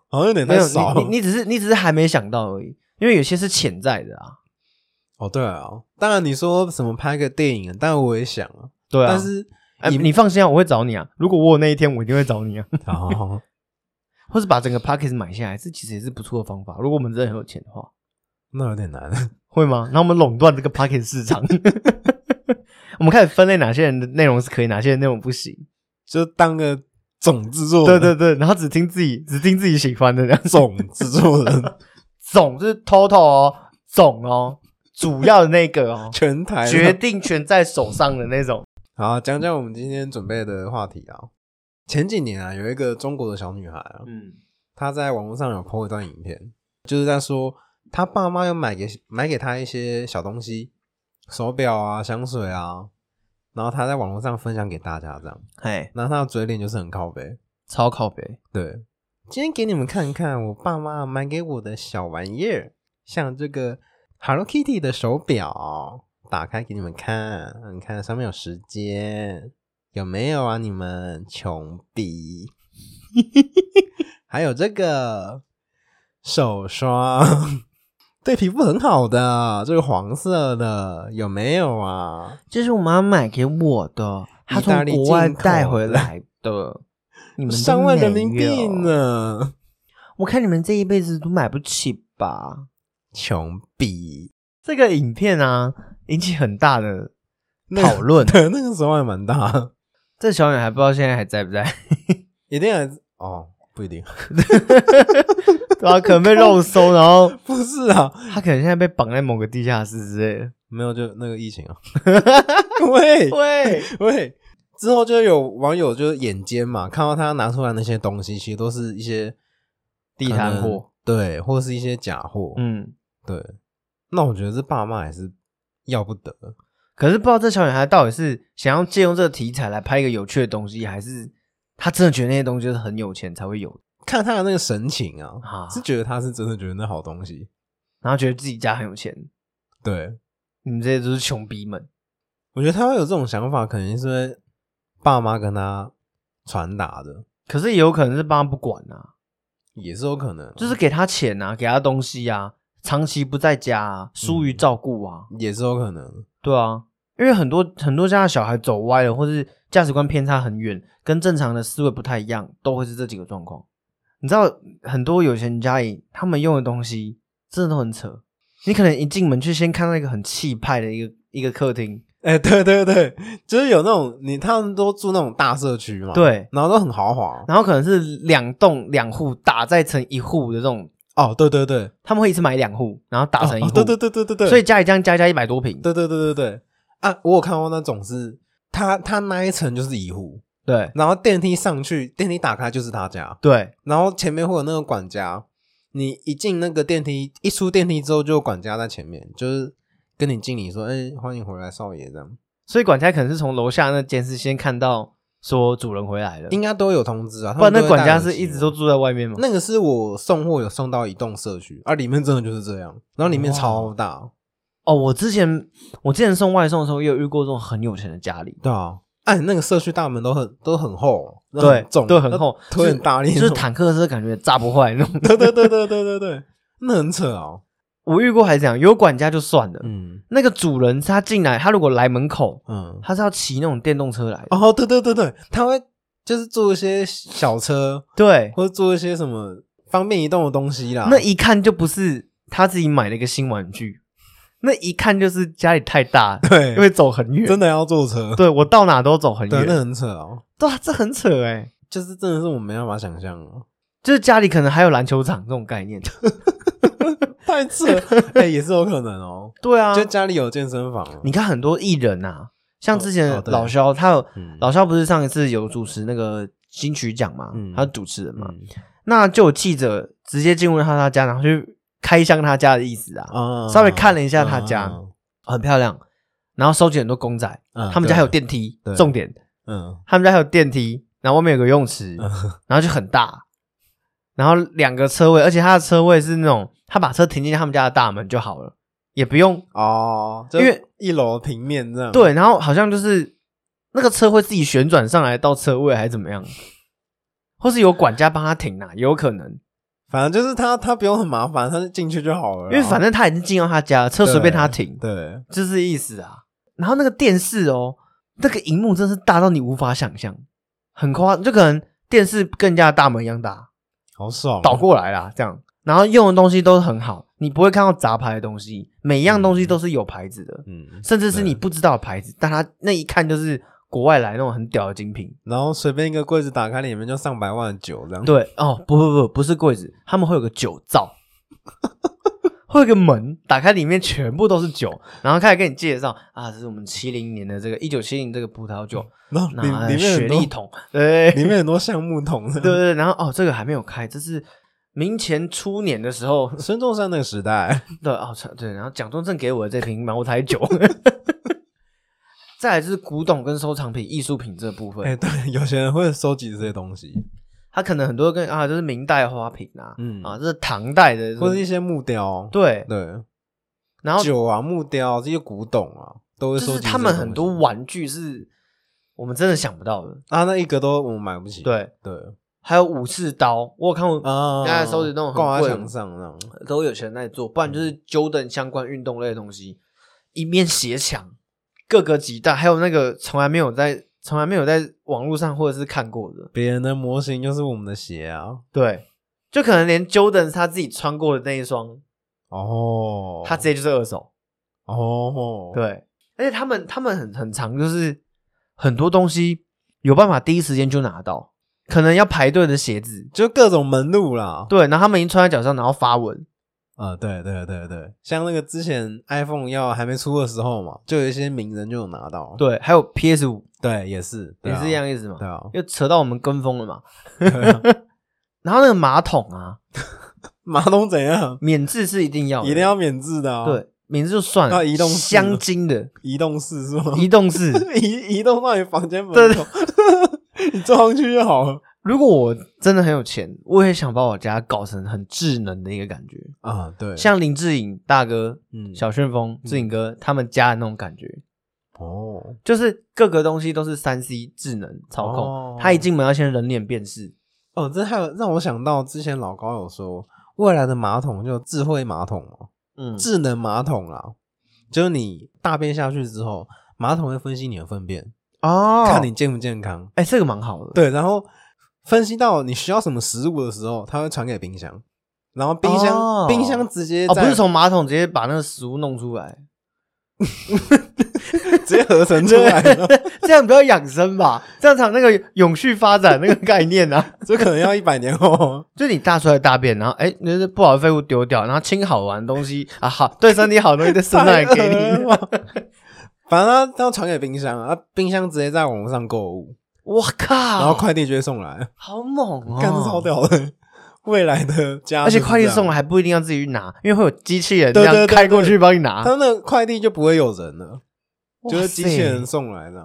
Speaker 2: 好像有点
Speaker 1: 没
Speaker 2: 太
Speaker 1: 有
Speaker 2: 少
Speaker 1: 你
Speaker 2: 了
Speaker 1: 你。你只是你只是还没想到而已，因为有些是潜在的啊。
Speaker 2: 哦，对啊，当然你说什么拍个电影，当然我也想啊，
Speaker 1: 对啊，
Speaker 2: 但是
Speaker 1: 哎、
Speaker 2: 你
Speaker 1: 你放心啊，我会找你啊。如果我有那一天，我一定会找你啊。
Speaker 2: 哦，
Speaker 1: 或是把整个 p a c k a g e 买下来，这其实也是不错的方法。如果我们真的很有钱的话，
Speaker 2: 那有点难。
Speaker 1: 会吗？那我们垄断这个 p a c k a g e 市场， 我们开始分类哪些人的内容是可以，哪些人内容不行。
Speaker 2: 就当个总制作
Speaker 1: 对
Speaker 2: 人，
Speaker 1: 对对，然后只听自己只听自己喜欢的这样。
Speaker 2: 总制作人，，
Speaker 1: 总就是 total 哦，总哦，主要的那个哦
Speaker 2: 全台
Speaker 1: 决定权在手上的那种。
Speaker 2: 好，讲讲我们今天准备的话题啊。前几年啊，有一个中国的小女孩啊，
Speaker 1: 嗯，
Speaker 2: 她在网络上有 po 一段影片，就是在说她爸妈有买给买给她一些小东西，手表啊、香水啊，然后她在网络上分享给大家这样。
Speaker 1: 嘿，
Speaker 2: 然后她的嘴脸就是很靠背，
Speaker 1: 超靠北。
Speaker 2: 对。今天给你们看看我爸妈买给我的小玩意儿，像这个 Hello Kitty 的手表，打开给你们看，你看上面有时间，有没有啊？你们穷逼， 还有这个手霜，对皮肤很好的，这个黄色的，有没有啊？
Speaker 1: 这是我妈买给我的，她
Speaker 2: 意大
Speaker 1: 从
Speaker 2: 利
Speaker 1: 国外
Speaker 2: 进口
Speaker 1: 带回来的。你们都
Speaker 2: 上万人民
Speaker 1: 没有
Speaker 2: 币呢，
Speaker 1: 我看你们这一辈子都买不起吧？
Speaker 2: 穷逼。
Speaker 1: 这个影片啊，引起很大的
Speaker 2: 那个
Speaker 1: 讨论。
Speaker 2: 对，那个时候还蛮大的。
Speaker 1: 这小女孩不知道现在还在不在，
Speaker 2: 一定还是哦，不一定，
Speaker 1: 对啊，可能被肉搜，然后
Speaker 2: 不是 啊，
Speaker 1: 她可能现在被绑在某个地下室之类的。
Speaker 2: 没有就那个疫情啊，喂
Speaker 1: 喂，
Speaker 2: 喂，之后就有网友就是眼尖嘛，看到他拿出来那些东西，其实都是一些
Speaker 1: 地摊货
Speaker 2: 可能，对，或是一些假货，
Speaker 1: 嗯，
Speaker 2: 对。那我觉得这爸妈也是要不得，
Speaker 1: 可是不知道这小女孩到底是想要借用这个题材来拍一个有趣的东西，还是她真的觉得那些东西就是很有钱才会有的
Speaker 2: 看他的那个神情啊，
Speaker 1: 啊？
Speaker 2: 是觉得他是真的觉得那好东西，
Speaker 1: 然后觉得自己家很有钱，
Speaker 2: 对。
Speaker 1: 你们这些都是穷逼们。
Speaker 2: 我觉得他会有这种想法，肯定是因为爸妈跟他传达的，
Speaker 1: 可是也有可能是爸妈不管啊，
Speaker 2: 也是有可能，
Speaker 1: 就是给她钱啊，给她东西啊，长期不在家啊，疏于
Speaker 2: 嗯
Speaker 1: 照顾啊，
Speaker 2: 也是有可能，
Speaker 1: 对啊，因为很多很多家的小孩走歪了，或是价值观偏差很远，跟正常的思维不太一样，都会是这几个状况。你知道很多有钱人家里他们用的东西真的都很扯，你可能一进门就先看到一个很气派的一个一个客厅，
Speaker 2: 哎、对对对，就是有那种你他们都住那种大社区嘛，
Speaker 1: 对
Speaker 2: 然后都很豪华，
Speaker 1: 然后可能是两栋两户打再成一户的这种，
Speaker 2: 哦，对对对，
Speaker 1: 他们会一次买两户，然后打成一户，
Speaker 2: 哦，对对对对对对，
Speaker 1: 所以家里这样加一加一百多平，
Speaker 2: 对对对对对啊，我有看过那种是他他那一层就是一户，
Speaker 1: 对
Speaker 2: 然后电梯上去，电梯打开就是他家，
Speaker 1: 对，
Speaker 2: 然后前面会有那个管家，你一进那个电梯，一出电梯之后就有管家在前面，就是跟你敬礼说：“哎、欢迎回来，少爷。”这样
Speaker 1: 所以管家可能是从楼下那监视先看到说主人回来了，
Speaker 2: 应该都有通知啊，他
Speaker 1: 不然
Speaker 2: 们
Speaker 1: 那
Speaker 2: 都会
Speaker 1: 管家
Speaker 2: 带人
Speaker 1: 是一直
Speaker 2: 进
Speaker 1: 都住在外面吗？
Speaker 2: 那个是我送货有送到一栋社区，而、啊、里面真的就是这样，然后里面
Speaker 1: 哇
Speaker 2: 超大，
Speaker 1: 哦，我之前我之前送外送的时候，也有遇过这种很有钱的家里，
Speaker 2: 对啊，哎、那个社区大门都很都很厚，都
Speaker 1: 对
Speaker 2: 很重，
Speaker 1: 对很厚
Speaker 2: 都推很大力，
Speaker 1: 就是坦克车感觉炸不坏那种。
Speaker 2: 对对对对对对对，那很 扯哦。
Speaker 1: 我遇过还是这样，有管家就算了，
Speaker 2: 嗯
Speaker 1: 那个主人他进来，他如果来门口，
Speaker 2: 嗯，
Speaker 1: 他是要骑那种电动车来的，
Speaker 2: 哦，对对对对，他会就是做一些小车，
Speaker 1: 对，
Speaker 2: 或者做一些什么方便移动的东西啦。
Speaker 1: 那一看就不是他自己买了一个新玩具，那一看就是家里太大，因
Speaker 2: 对，
Speaker 1: 为走很远。
Speaker 2: 真的要坐车，
Speaker 1: 对我到哪都走很
Speaker 2: 对，那
Speaker 1: 远，
Speaker 2: 很扯哦，
Speaker 1: 对啊，这很扯哎、
Speaker 2: 就是真的是我没办法想象哦，
Speaker 1: 就是家里可能还有篮球场这种概 念。
Speaker 2: 太扯了，哎、也是有可能哦。
Speaker 1: 对 啊，
Speaker 2: 就家里有健身房哦，
Speaker 1: 你看很多艺人啊，像之前
Speaker 2: 哦哦对
Speaker 1: 老肖，他有
Speaker 2: 嗯
Speaker 1: 老肖不是上一次有主持那个金曲奖嘛，
Speaker 2: 嗯
Speaker 1: 他是主持人嘛，
Speaker 2: 嗯
Speaker 1: 那就有记者直接进入他他家，然后去开箱他家的意思啊，
Speaker 2: 啊
Speaker 1: 稍微看了一下他家
Speaker 2: 嗯
Speaker 1: 很漂亮，然后收集很多公仔，
Speaker 2: 嗯
Speaker 1: 他们家还有电梯
Speaker 2: 对，
Speaker 1: 重点
Speaker 2: 嗯
Speaker 1: 他们家还有电梯，然后外面有个游泳池，
Speaker 2: 嗯
Speaker 1: 然后就很大，然后两个车位，而且他的车位是那种他把车停进他们家的大门就好了，也不用
Speaker 2: 哦，就
Speaker 1: 因为
Speaker 2: 一楼平面这样，
Speaker 1: 对，然后好像就是那个车会自己旋转上来到车位，还是怎么样，或是有管家帮他停啊，也有可能，
Speaker 2: 反正就是他他不用很麻烦，他就进去就好了啦。
Speaker 1: 因为反正他已经进到他家了，车随便他停，
Speaker 2: 啊对，
Speaker 1: 这是意思啊。然后那个电视哦，那个荧幕真是大到你无法想象，很夸，就可能电视更加大门一样大，
Speaker 2: 好爽哦，
Speaker 1: 倒过来啦，这样。然后用的东西都很好，你不会看到杂牌的东西，每一样东西都是有牌子的，
Speaker 2: 嗯，
Speaker 1: 甚至是你不知道的牌子，但它那一看就是国外来那种很屌的精品。
Speaker 2: 然后随便一个柜子打开，里面就上百万的酒这样。
Speaker 1: 对哦，不不不，不是柜子，他们会有个酒灶， 会有个门，打开里面全部都是酒，然后开始跟你介绍啊，这是我们七零年的这个一九七零这个葡萄酒，
Speaker 2: 然后里
Speaker 1: 那
Speaker 2: 里面
Speaker 1: 雪
Speaker 2: 很
Speaker 1: 莉
Speaker 2: 多，
Speaker 1: 桶，对 对
Speaker 2: 里面很多橡木桶这
Speaker 1: 对
Speaker 2: 样。
Speaker 1: 对，然后哦，这个还没有开，这是明前初年的时候
Speaker 2: 孙中山那个时代，
Speaker 1: 对哦，操对，然后蒋中正给我的这瓶茅台 酒，再来就是古董跟收藏品、艺术品这部分，
Speaker 2: 哎，对，有些人会收集这些东西，
Speaker 1: 他可能很多跟啊，就是明代花瓶啊，
Speaker 2: 嗯
Speaker 1: 啊，这是唐代的，
Speaker 2: 或者一些木雕，
Speaker 1: 对，
Speaker 2: 对，
Speaker 1: 然后
Speaker 2: 酒啊、木雕这些古董啊，都会
Speaker 1: 就
Speaker 2: 收集
Speaker 1: 是
Speaker 2: 这些东西。
Speaker 1: 他们很多玩具是我们真的想不到的，
Speaker 2: 啊，那一个都我们买不起。
Speaker 1: 对，
Speaker 2: 对
Speaker 1: 还有武士刀，我有看过，
Speaker 2: 啊，
Speaker 1: 大家收集那种很
Speaker 2: 挂在
Speaker 1: 贵
Speaker 2: 墙上那种。
Speaker 1: 都有钱人在做，不然就是
Speaker 2: 嗯
Speaker 1: Jordan 相关运动类的东西，一面斜墙，各个极大，还有那个从来没有在从来没有在网络上或者是看过的，
Speaker 2: 别人的模型就是我们的鞋啊。
Speaker 1: 对，就可能连 Jordan 他自己穿过的那一双，
Speaker 2: 哦，
Speaker 1: 他直接就是二手。
Speaker 2: 哦，，
Speaker 1: 对，而且他们他们很很长，就是很多东西有办法第一时间就拿到，可能要排队的鞋子，
Speaker 2: 就各种门路啦。
Speaker 1: 对，然后他们已经穿在脚上，然后发文，
Speaker 2: 啊，对对对对，像那个之前 iPhone 要还没出的时候嘛，就有一些名人就有拿到，
Speaker 1: 对，还有 PS 五
Speaker 2: 对，也是，对
Speaker 1: 也
Speaker 2: 啊
Speaker 1: 是一样意思嘛
Speaker 2: 对，啊，
Speaker 1: 又扯到我们跟风了嘛。
Speaker 2: 对啊
Speaker 1: 然后那个马桶啊，
Speaker 2: 马桶怎样，
Speaker 1: 免治是一定要的，
Speaker 2: 一定要免治的啊，，
Speaker 1: 对，免治就算
Speaker 2: 要
Speaker 1: 了，
Speaker 2: 移动式
Speaker 1: 香
Speaker 2: 吗
Speaker 1: 精的
Speaker 2: 移动式是吗？
Speaker 1: 移动式。
Speaker 2: 移移动到你房间门
Speaker 1: 对
Speaker 2: 口， 你坐上去就好了
Speaker 1: 如果我真的很有钱，我也想把我家搞成很智能的一个感觉，
Speaker 2: 啊，对，
Speaker 1: 像林志颖大哥、
Speaker 2: 嗯
Speaker 1: 小旋风、志颖哥他们家的那种感觉，
Speaker 2: 哦，
Speaker 1: 就是各个东西都是三 C 智能操
Speaker 2: 哦
Speaker 1: 控，他一进门要先人脸辨识，
Speaker 2: 哦，这还有让我想到之前老高有说，未来的马桶就智慧马桶嘛，
Speaker 1: 嗯，
Speaker 2: 智能马桶啦，就是你大便下去之后，马桶会分析你的粪便，
Speaker 1: 哦
Speaker 2: 看你，健不健康，
Speaker 1: 哎，这个蛮好的，
Speaker 2: 对，然后分析到你需要什么食物的时候，它会传给冰箱，然后冰箱、
Speaker 1: 哦
Speaker 2: 冰箱直接
Speaker 1: 哦，不
Speaker 2: 在
Speaker 1: 是从马桶直接把那个食物弄出来，
Speaker 2: 直接合成出来了，
Speaker 1: 这样比较养生吧， 这样才有那个永续发展那个概念啊。
Speaker 2: 这可能要一百年 后。
Speaker 1: 就你大出来大便，然后哎，那些不好的废物丢掉，然后清好玩的东西啊，好对身体好的东西再剩下来给
Speaker 2: 太恶
Speaker 1: 你
Speaker 2: 了。哦反正他要传给冰箱啊，冰箱直接在网络上购物，
Speaker 1: 我靠，
Speaker 2: 然后快递就会送来，
Speaker 1: 好猛哦，
Speaker 2: 干、这超屌的。未来的家，
Speaker 1: 而且快递送
Speaker 2: 来，
Speaker 1: 来还不一定要自己去拿，因为会有机器人
Speaker 2: 对
Speaker 1: 这
Speaker 2: 对
Speaker 1: 样
Speaker 2: 对
Speaker 1: 开过去帮你拿。
Speaker 2: 他那快递就不会有人了，就是机器人
Speaker 1: 哇塞。
Speaker 2: 送来的，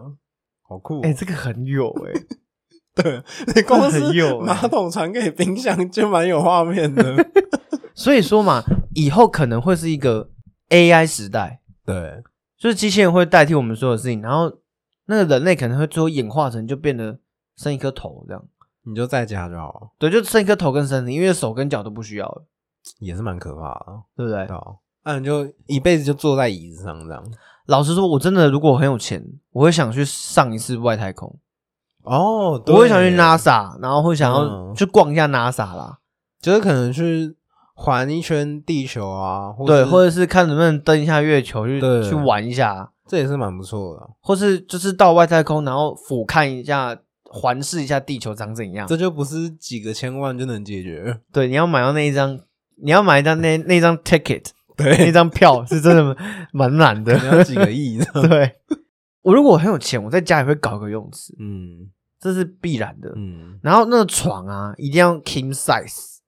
Speaker 2: 好酷、哦
Speaker 1: 哎、这个很有哎、
Speaker 2: 对，你光是
Speaker 1: 很有欸
Speaker 2: 马桶传给冰箱就蛮有画 面的。
Speaker 1: 所以说嘛，以后可能会是一个 AI 时代，
Speaker 2: 对，
Speaker 1: 就是机器人会代替我们所有事情，然后那个人类可能会最后演化成就变得剩一颗头这样，
Speaker 2: 你就在家就好了，
Speaker 1: 对，就剩一颗头跟身体，因为手跟脚都不需要了，
Speaker 2: 也是蛮可怕的。
Speaker 1: 对不对？
Speaker 2: 对啊，那、你就一辈子就坐在椅子上这样。
Speaker 1: 老实说，我真的如果很有钱，我会想去上一次外太空，
Speaker 2: 哦，
Speaker 1: 我会想去
Speaker 2: 对
Speaker 1: NASA，然后会想要
Speaker 2: 嗯
Speaker 1: 去逛一下 NASA 啦。
Speaker 2: 就是可能去环一圈地球啊，或
Speaker 1: 对，
Speaker 2: 是
Speaker 1: 或者是看能不能登一下月球去
Speaker 2: 对
Speaker 1: 去玩一下，
Speaker 2: 这也是蛮不错的啊。
Speaker 1: 或是就是到外太空，然后俯瞰一下、环视一下地球长怎样。
Speaker 2: 这就不是几个千万就能解决。
Speaker 1: 对，你要买到那一张，你要买一张那那张 ticket，那
Speaker 2: 对，
Speaker 1: 张票是真的蛮难
Speaker 2: 你要
Speaker 1: 的。
Speaker 2: 几个亿 这样。
Speaker 1: 对，我如果很有钱，我在家里会搞个游泳池，
Speaker 2: 嗯
Speaker 1: 这是必然的。
Speaker 2: 嗯，。
Speaker 1: 然后那个床啊，一定要 king size。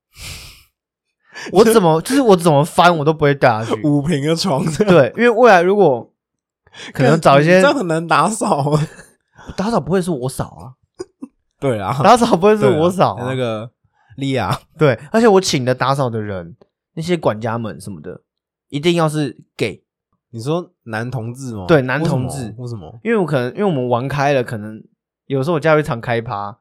Speaker 1: 我怎么就是我怎么翻我都不会带下去
Speaker 2: 五平的床 这样，
Speaker 1: 对，因为未来如果可能找一些
Speaker 2: 这样很难打扫 啊。
Speaker 1: 打扫不会是我扫 啊，
Speaker 2: 对啊，
Speaker 1: 打扫不会是
Speaker 2: 对啊
Speaker 1: 我扫、啊
Speaker 2: 那个莉亚，
Speaker 1: 对，而且我请的打扫的人，那些管家们什么的，一定要是 gay，
Speaker 2: 你说男同志吗？
Speaker 1: 对男同志
Speaker 2: 为什么？
Speaker 1: 因为我可能因为我们玩开了，可能有时候我家有一场开趴，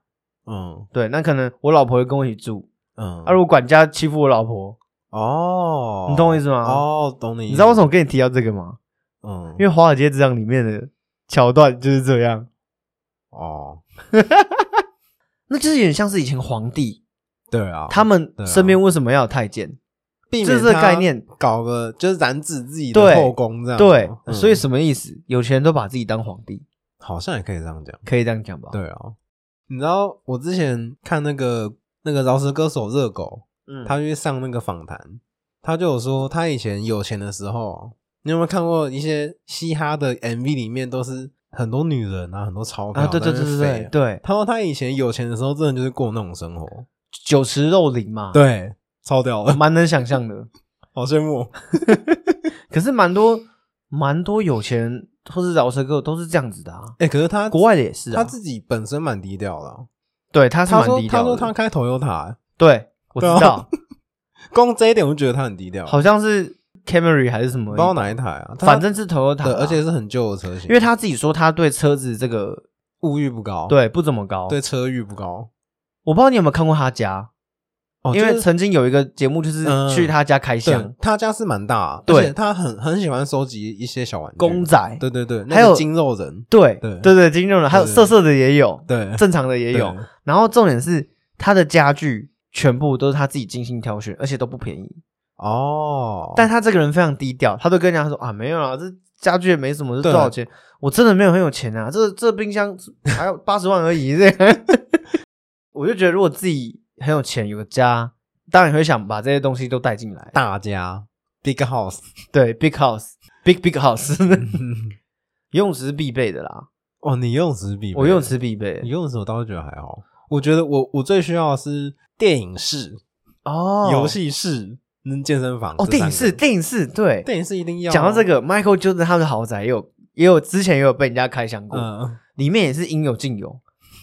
Speaker 2: 为什么
Speaker 1: 对，那可能我老婆会跟我一起住，
Speaker 2: 嗯嗯嗯，
Speaker 1: 啊，如果管家欺负我老婆，
Speaker 2: 哦，
Speaker 1: 你懂我意思吗？，
Speaker 2: 哦，懂你。
Speaker 1: 你知道为什么？我跟你提到这个吗？
Speaker 2: 嗯，
Speaker 1: 因为《华尔街之狼》里面的桥段就是这样，
Speaker 2: 哦，
Speaker 1: 那就是有点像是以前皇帝
Speaker 2: 对啊，
Speaker 1: 他们
Speaker 2: 对啊
Speaker 1: 身边为什么要有太监？
Speaker 2: 避
Speaker 1: 这
Speaker 2: 免
Speaker 1: 是这个
Speaker 2: 他
Speaker 1: 概念
Speaker 2: 搞个就是染指自己
Speaker 1: 对
Speaker 2: 的后宫这样。
Speaker 1: 对，
Speaker 2: 嗯
Speaker 1: 所以什么意思？有钱人都把自己当皇帝，
Speaker 2: 好像也可以这样讲。
Speaker 1: 可以这样讲吧？，
Speaker 2: 对啊，你知道我之前看那个那个饶舌歌手热狗，
Speaker 1: 嗯，
Speaker 2: 他去上那个访谈，他就有说他以前有钱的时候，你有没有看过一些嘻哈的 MV 里面都是很多女人啊，很多钞票
Speaker 1: 啊，对对对对对
Speaker 2: 对。
Speaker 1: 对，
Speaker 2: 他说他以前有钱的时候，真的就是过那种生活，
Speaker 1: 酒池肉林嘛，，
Speaker 2: 对，超屌的，
Speaker 1: 蛮能想象的。
Speaker 2: 好羡慕。
Speaker 1: 可是蛮多蛮多有钱人或是饶舌歌手都是这样子的啊，
Speaker 2: 哎、可是他
Speaker 1: 国外的也是啊，
Speaker 2: 他自己本身蛮低调的啊、
Speaker 1: 对他是
Speaker 2: 他
Speaker 1: 蛮
Speaker 2: 说
Speaker 1: 低
Speaker 2: 他
Speaker 1: 调
Speaker 2: 说
Speaker 1: 的，
Speaker 2: 他开 Toyota，
Speaker 1: 对我知
Speaker 2: 对啊
Speaker 1: 道，
Speaker 2: 光这一点我就觉得他很低调，
Speaker 1: 好像是 Camry 还是什
Speaker 2: 不
Speaker 1: 么
Speaker 2: 知，道哪一台啊，他
Speaker 1: 反正是 Toyota，
Speaker 2: 对，
Speaker 1: 啊
Speaker 2: 而且是很旧的车型，
Speaker 1: 因为他自己说他对车子这个
Speaker 2: 物欲不高，
Speaker 1: 对不怎么高，
Speaker 2: 哦对，车欲不高，
Speaker 1: 我不知道你有没有看过他家，
Speaker 2: 哦
Speaker 1: 因为
Speaker 2: 就是
Speaker 1: 曾经有一个节目就是
Speaker 2: 嗯
Speaker 1: 去他家开
Speaker 2: 对
Speaker 1: 箱
Speaker 2: 他家是蛮大，啊
Speaker 1: 对
Speaker 2: 而且他很很喜欢收集一些小玩具，
Speaker 1: 公仔，
Speaker 2: 对对对，那
Speaker 1: 还
Speaker 2: 个
Speaker 1: 有
Speaker 2: 金肉人，
Speaker 1: 对
Speaker 2: 对
Speaker 1: 对对，金融的还有
Speaker 2: 对对
Speaker 1: 色色的也有，
Speaker 2: 对，
Speaker 1: 正常的也
Speaker 2: 对
Speaker 1: 有，然后重点是他的家具全部都是他自己精心挑选，而且都不便宜。
Speaker 2: 哦，
Speaker 1: 但他这个人非常低调，他都跟人家说啊，没有啊，这家具也没什么，这
Speaker 2: 对
Speaker 1: 多
Speaker 2: 啊
Speaker 1: 少钱？我真的没有很有钱啊，这这冰箱还 有八十万而已。这个我就觉得，如果自己很有钱，有个家，当然会想把这些东西都带进来。
Speaker 2: 大家 big house，
Speaker 1: 对，big house，big big house，游泳池是必备的啦。
Speaker 2: 哦，你游泳池必备
Speaker 1: 我游泳池必备
Speaker 2: 你游泳池我倒是觉得还好。我觉得我我最需要的是电影室、
Speaker 1: 哦
Speaker 2: 游戏室、嗯，健身房。
Speaker 1: 哦，
Speaker 2: 这
Speaker 1: 电影
Speaker 2: 三
Speaker 1: 室，
Speaker 2: 个
Speaker 1: 电影室，对。
Speaker 2: 电影室一定要。
Speaker 1: 讲到这，个，Michael Jordan 他们的豪宅也有也有之前也有被人家开箱过，
Speaker 2: 嗯，
Speaker 1: 里面也是应有尽有，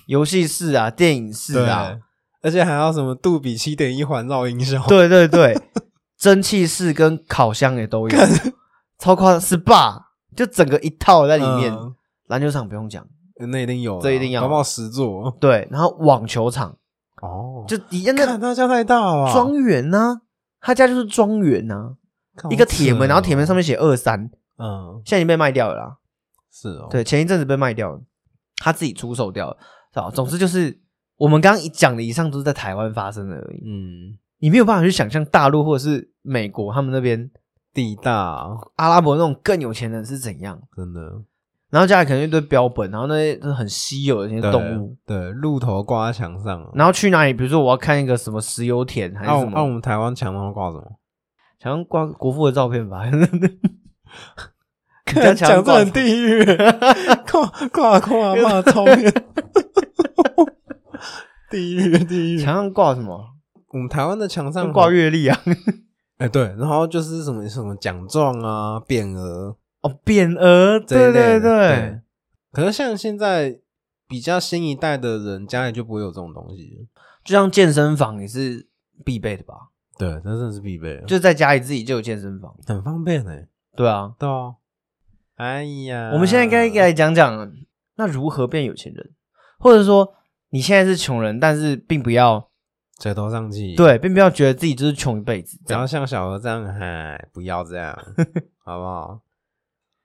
Speaker 1: 游戏室啊，电影室啊
Speaker 2: 对，，而且还要什么杜比七点一环绕音 效，
Speaker 1: 对对对，蒸汽室跟烤箱也都有，超夸张，SPA 就整个一套在
Speaker 2: 在
Speaker 1: 里面，
Speaker 2: 嗯
Speaker 1: 篮球场不用讲，
Speaker 2: 那一定有啦，啊
Speaker 1: 这一定要
Speaker 2: 搞不好十座
Speaker 1: 对，然后网球场
Speaker 2: 哦
Speaker 1: 就一样
Speaker 2: 看
Speaker 1: 的
Speaker 2: 他家太大了，
Speaker 1: 庄园呐，他家就是庄园呐，一个铁
Speaker 2: 哦
Speaker 1: 门，然后铁门上面
Speaker 2: 面，
Speaker 1: 写二三，
Speaker 2: 啊嗯，
Speaker 1: 现在已经被卖掉了啦。
Speaker 2: 是哦，，
Speaker 1: 对，前一阵子被卖掉了，他自己出售掉了，是吧？总之就是我们刚刚一讲的以上都是在台湾发生的而已，
Speaker 2: 嗯，
Speaker 1: 你没有办法去想象大陆或者是美国他们那边
Speaker 2: 地大，哦
Speaker 1: 阿拉伯那种更有钱人是怎样，
Speaker 2: 真的，
Speaker 1: 然后家里可能一堆标本，然后那些都是很稀有的那些
Speaker 2: 对
Speaker 1: 动物，，
Speaker 2: 对，鹿头挂在墙上哦，
Speaker 1: 然后去哪里，比如说我要看一个什么石油田还是
Speaker 2: 那我啊
Speaker 1: 什
Speaker 2: 那我
Speaker 1: 么，
Speaker 2: 们台湾墙上挂什么？
Speaker 1: 想要挂国父的照片吧。 你这样
Speaker 2: 看
Speaker 1: 墙上
Speaker 2: 墙这
Speaker 1: 挂什
Speaker 2: 很
Speaker 1: 么
Speaker 2: 地狱，挂挂挂骂超面， 地狱地狱。
Speaker 1: 墙上挂什么？
Speaker 2: 我们台湾的墙上
Speaker 1: 挂，阅历啊！
Speaker 2: 哎对，然后就是什么什么奖状啊、匾额，
Speaker 1: 哦，匾额，
Speaker 2: 这
Speaker 1: 对
Speaker 2: 一类
Speaker 1: 对
Speaker 2: 的对
Speaker 1: 对，。
Speaker 2: 可是像现在比较新一代的人，家里就不会有这种东西。
Speaker 1: 就像健身房也是必备的吧？
Speaker 2: 对，这真的是必备，就
Speaker 1: 就在家里自己就有健身房。
Speaker 2: 很方便哎、
Speaker 1: 对啊，
Speaker 2: 对啊。哎呀，
Speaker 1: 我们现在该
Speaker 2: 呃
Speaker 1: 该来讲讲，那如何变有钱人，或者说你现在是穷人，但是并不要
Speaker 2: 垂头丧气，，
Speaker 1: 对，并不要觉得自己就是穷一辈子
Speaker 2: 不
Speaker 1: 这样。
Speaker 2: 要像小何这样，嗨，不要 这样，好不好？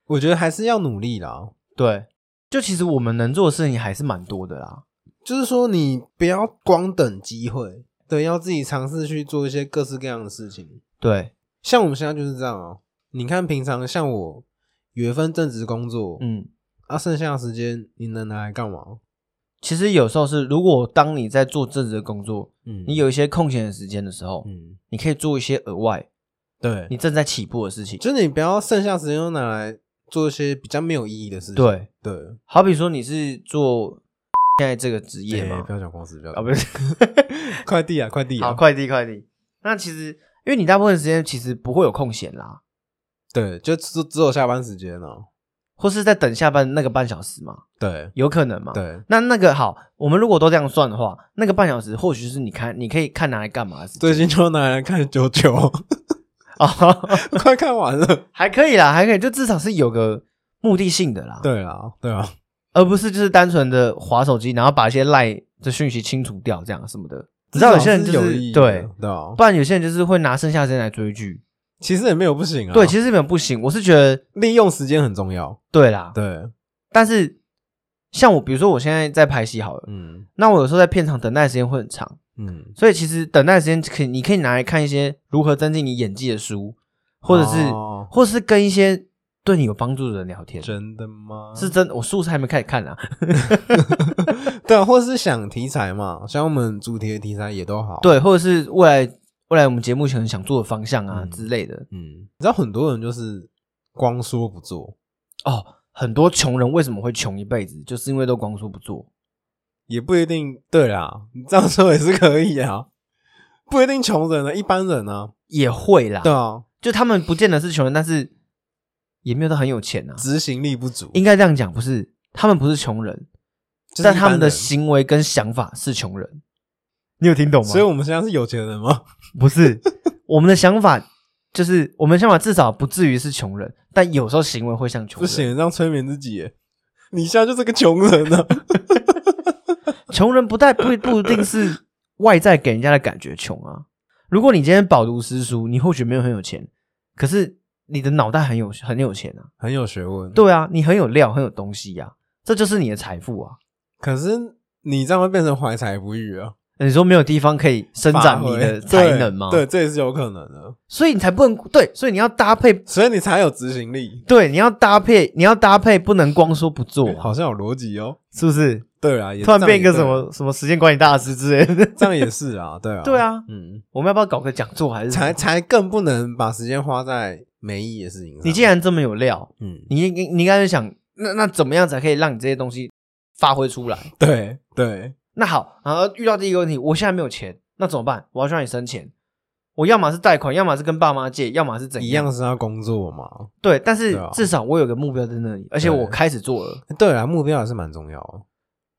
Speaker 2: 我觉得还是要努力啦。
Speaker 1: 对，就其实我们能做的事情还是蛮多的啦。
Speaker 2: 就是说，你不要光等机会，对，要自己尝试去做一些各式各样的事情。
Speaker 1: 对，
Speaker 2: 像我们现在就是这样哦、你看，平常像我有一份正职工作，
Speaker 1: 嗯，
Speaker 2: 啊，剩下的时间你能拿来干嘛？
Speaker 1: 其实有时候是，如果当你在做正职的工作，
Speaker 2: 嗯
Speaker 1: 你有一些空闲的时间的时候，
Speaker 2: 嗯，
Speaker 1: 你可以做一些额外
Speaker 2: 对，
Speaker 1: 你正在起步的事情。
Speaker 2: 就是你不要剩下时间都拿来做一些比较没有意义的事情。
Speaker 1: 对，
Speaker 2: 对，
Speaker 1: 好比说你是做现在这个职业
Speaker 2: 哎
Speaker 1: 嘛
Speaker 2: 不，要讲公司，不要
Speaker 1: 啊
Speaker 2: 讲
Speaker 1: 不 是。
Speaker 2: 快递啊，快递
Speaker 1: 好，
Speaker 2: 啊，
Speaker 1: 快递快递。那其实因为你大部分时间其实不会有空闲啦，
Speaker 2: 对，就只只有下班时间了。
Speaker 1: 或是在等下班那个半小时嘛，
Speaker 2: 对，
Speaker 1: 有可能嘛？。
Speaker 2: 对，
Speaker 1: 那那个好，我们如果都这样算的话，那个半小时或许是你看你可以看拿来干嘛的时间
Speaker 2: 最近就拿来看九九，
Speaker 1: 哦，
Speaker 2: 快看完了。
Speaker 1: 还可以啦，还可以，就至少是有个目的性的啦，，
Speaker 2: 对啊，对啊，
Speaker 1: 而不是就是单纯的划手机，然后把一些赖的讯息清除掉这样什么的。你知道有些人
Speaker 2: 至
Speaker 1: 就
Speaker 2: 少
Speaker 1: 是
Speaker 2: 有意义的
Speaker 1: 对，
Speaker 2: 对啊
Speaker 1: 不，然有些人就是会拿剩下的时间来追剧。
Speaker 2: 其实也没有不行啊。
Speaker 1: 对，其实这本不行，我是觉得
Speaker 2: 利用时间很重要。
Speaker 1: 对啦，
Speaker 2: 对，
Speaker 1: 但是像我，比如说我现在在拍戏好了，
Speaker 2: 嗯
Speaker 1: 那我有时候在片场等待的时间会很长，
Speaker 2: 嗯，
Speaker 1: 所以其实等待的时间可以，你可以拿来看一些如何增进你演技的书，或者是、
Speaker 2: 哦
Speaker 1: 或者是跟一些对你有帮助的人聊天。
Speaker 2: 真的吗？
Speaker 1: 是真，我素材还没开始看啊。
Speaker 2: 对啊，或是想题材嘛，像我们主题的题材也都好。，
Speaker 1: 对，或者是未来未来我们节目可能想做的方向啊、
Speaker 2: 嗯
Speaker 1: 之类的。
Speaker 2: 嗯，你知道很多人就是光说不做，
Speaker 1: 哦，很多穷人为什么会穷一辈子，就是因为都光说不做。
Speaker 2: 也不一定对啦。你这样说也是可以啊，不一定穷人啊，一般人啊，
Speaker 1: 也会啦，
Speaker 2: 对啊，
Speaker 1: 就他们不见得是穷人，但是也没有到很有钱啊。
Speaker 2: 执行力不足，
Speaker 1: 应该这样讲，不是他们不是穷人，
Speaker 2: 就是
Speaker 1: 但他们的
Speaker 2: 一般人
Speaker 1: 行为跟想法是穷人。你有听懂吗？
Speaker 2: 所以我们现在是有钱人吗？
Speaker 1: 不是我们的想法，就是我们的想法至少不至于是穷人，但有时候行为会像穷
Speaker 2: 不
Speaker 1: 人。
Speaker 2: 行，这样催眠自己耶，你现在就是个穷人 啊。
Speaker 1: 穷人不但 不不一定是外在给人家的感觉穷啊。如果你今天饱读诗书，你或许没有很有钱，可是你的脑袋很有很有钱啊。
Speaker 2: 很有学问，。
Speaker 1: 对啊，你很有料，很有东西呀、啊，这就是你的财富啊。
Speaker 2: 可是你这样会变成怀才不遇啊，
Speaker 1: 你说没有地方可以生
Speaker 2: 发
Speaker 1: 长
Speaker 2: 挥
Speaker 1: 你的才能吗？
Speaker 2: 对，对这也是有可能的，
Speaker 1: 所以你才不能对，所以你要搭配，
Speaker 2: 所以你才有执行力，
Speaker 1: 对，你要搭配，你要搭配，不能光说不做啊、
Speaker 2: 好像有逻辑哦。
Speaker 1: 是不是？
Speaker 2: 对啊，也
Speaker 1: 突然变一个
Speaker 2: 这
Speaker 1: 什
Speaker 2: 样也对啊
Speaker 1: 么什么时间管理大师之类的。
Speaker 2: 这样也是啊，对啊，
Speaker 1: 对，啊，
Speaker 2: 嗯，
Speaker 1: 我们要不要搞个讲座还是什么？
Speaker 2: 才才更不能把时间花在没意义的事情上。
Speaker 1: 你既然这么有料，
Speaker 2: 嗯，
Speaker 1: 你应你应该是想，那那怎么样才可以让你这些东西发挥出来？
Speaker 2: 对对，
Speaker 1: 那好，然后遇到第一个问题，我现在没有钱，那怎么办？我要去让你生钱，我要么是贷款，要么是跟爸妈借，要么是怎
Speaker 2: 一样是要工作嘛。
Speaker 1: 对，但是
Speaker 2: 对啊
Speaker 1: 至少我有个目标在那里，而且
Speaker 2: 对
Speaker 1: 我开始做了。
Speaker 2: 对啊，目标还是蛮重要的。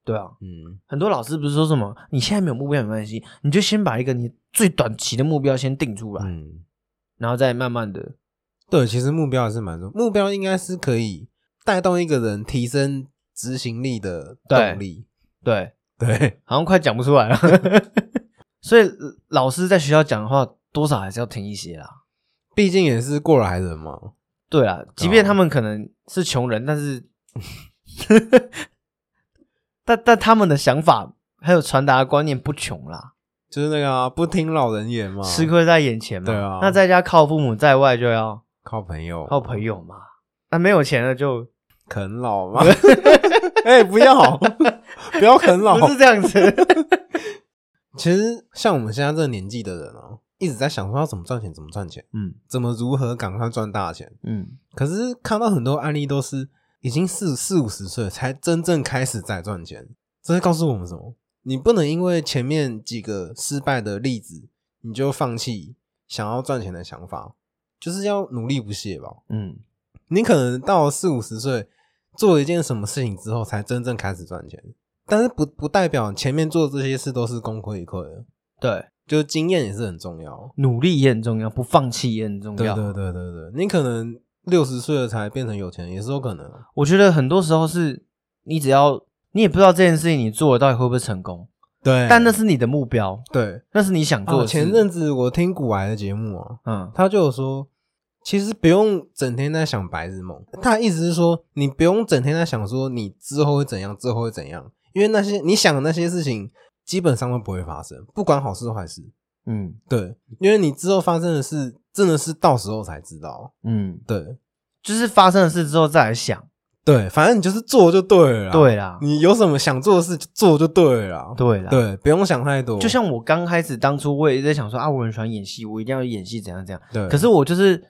Speaker 1: 对啊，
Speaker 2: 嗯，
Speaker 1: 很多老师不是说什么，你现在没有目标没关系，你就先把一个你最短期的目标先定出来，
Speaker 2: 嗯，
Speaker 1: 然后再慢慢的。
Speaker 2: 对，其实目标还是蛮重，目标应该是可以带动一个人提升执行力的动力。
Speaker 1: 对，
Speaker 2: 对，
Speaker 1: 好像快讲不出来了。 所以呃老师在学校讲的话，多少还是要听一些啦。
Speaker 2: 毕竟也是过来人嘛。
Speaker 1: 对啊，即
Speaker 2: 哦
Speaker 1: 便他们可能是穷人，但是， 但但他们的想法还有传达的观念不穷啦，
Speaker 2: 就是那个啊，不听老人言嘛，
Speaker 1: 吃亏在眼前嘛。
Speaker 2: 哦对啊
Speaker 1: 那在家靠父母，在外就要
Speaker 2: 靠朋友，
Speaker 1: 靠朋友嘛。那没有钱了就
Speaker 2: 啃老 嘛。哎、不 要，不要啃老。
Speaker 1: 不是这样 子。
Speaker 2: 其实像我们现在这个年纪的人哦，一直在想说要怎么赚钱，怎么赚钱，
Speaker 1: 嗯
Speaker 2: 怎么如何赶快赚大钱。
Speaker 1: 嗯，
Speaker 2: 可是看到很多案例都是已经四四五十岁才真正开始在赚钱，这是告诉我们什么？你不能因为前面几个失败的例子，你就放弃想要赚钱的想法，就是要努力不懈吧。
Speaker 1: 嗯，
Speaker 2: 你可能到四五十岁做一件什么事情之后，才真正开始赚钱，但是不不代表前面做这些事都是功亏一篑的，
Speaker 1: 对，
Speaker 2: 就是经验也是很重要。
Speaker 1: 努力也很重要，不放弃也很重
Speaker 2: 对啊
Speaker 1: 要。
Speaker 2: 对对对对，你可能六十岁了才变成有钱人，也是有可能。
Speaker 1: 我觉得很多时候是你只要你也不知道这件事情你做了到底会不会成功，
Speaker 2: 对，
Speaker 1: 但那是你的目标，
Speaker 2: 对。
Speaker 1: 那是你想做
Speaker 2: 哦，
Speaker 1: 的事。
Speaker 2: 前阵子我听古癌的节目啊，
Speaker 1: 嗯
Speaker 2: 他就有说，其实不用整天在想白日梦。他的意思是说，你不用整天在想说你之后会怎样，之后会怎样，因为那些你想的那些事情基本上都不会发生，不管好事坏事。
Speaker 1: 嗯
Speaker 2: 对，因为你之后发生的事，真的是到时候才知道。
Speaker 1: 嗯，
Speaker 2: 对
Speaker 1: 就是发生了事之后再来想。
Speaker 2: 对，反正你就是做就对了啦。啊
Speaker 1: 对啦，
Speaker 2: 你有什么想做的事就做就对了啦。
Speaker 1: 对啦，
Speaker 2: 对，不用想太多。
Speaker 1: 就像我刚开始当初我也在想说啊，我很喜欢演戏，我一定要演戏怎样怎样。
Speaker 2: 对，
Speaker 1: 可是我就是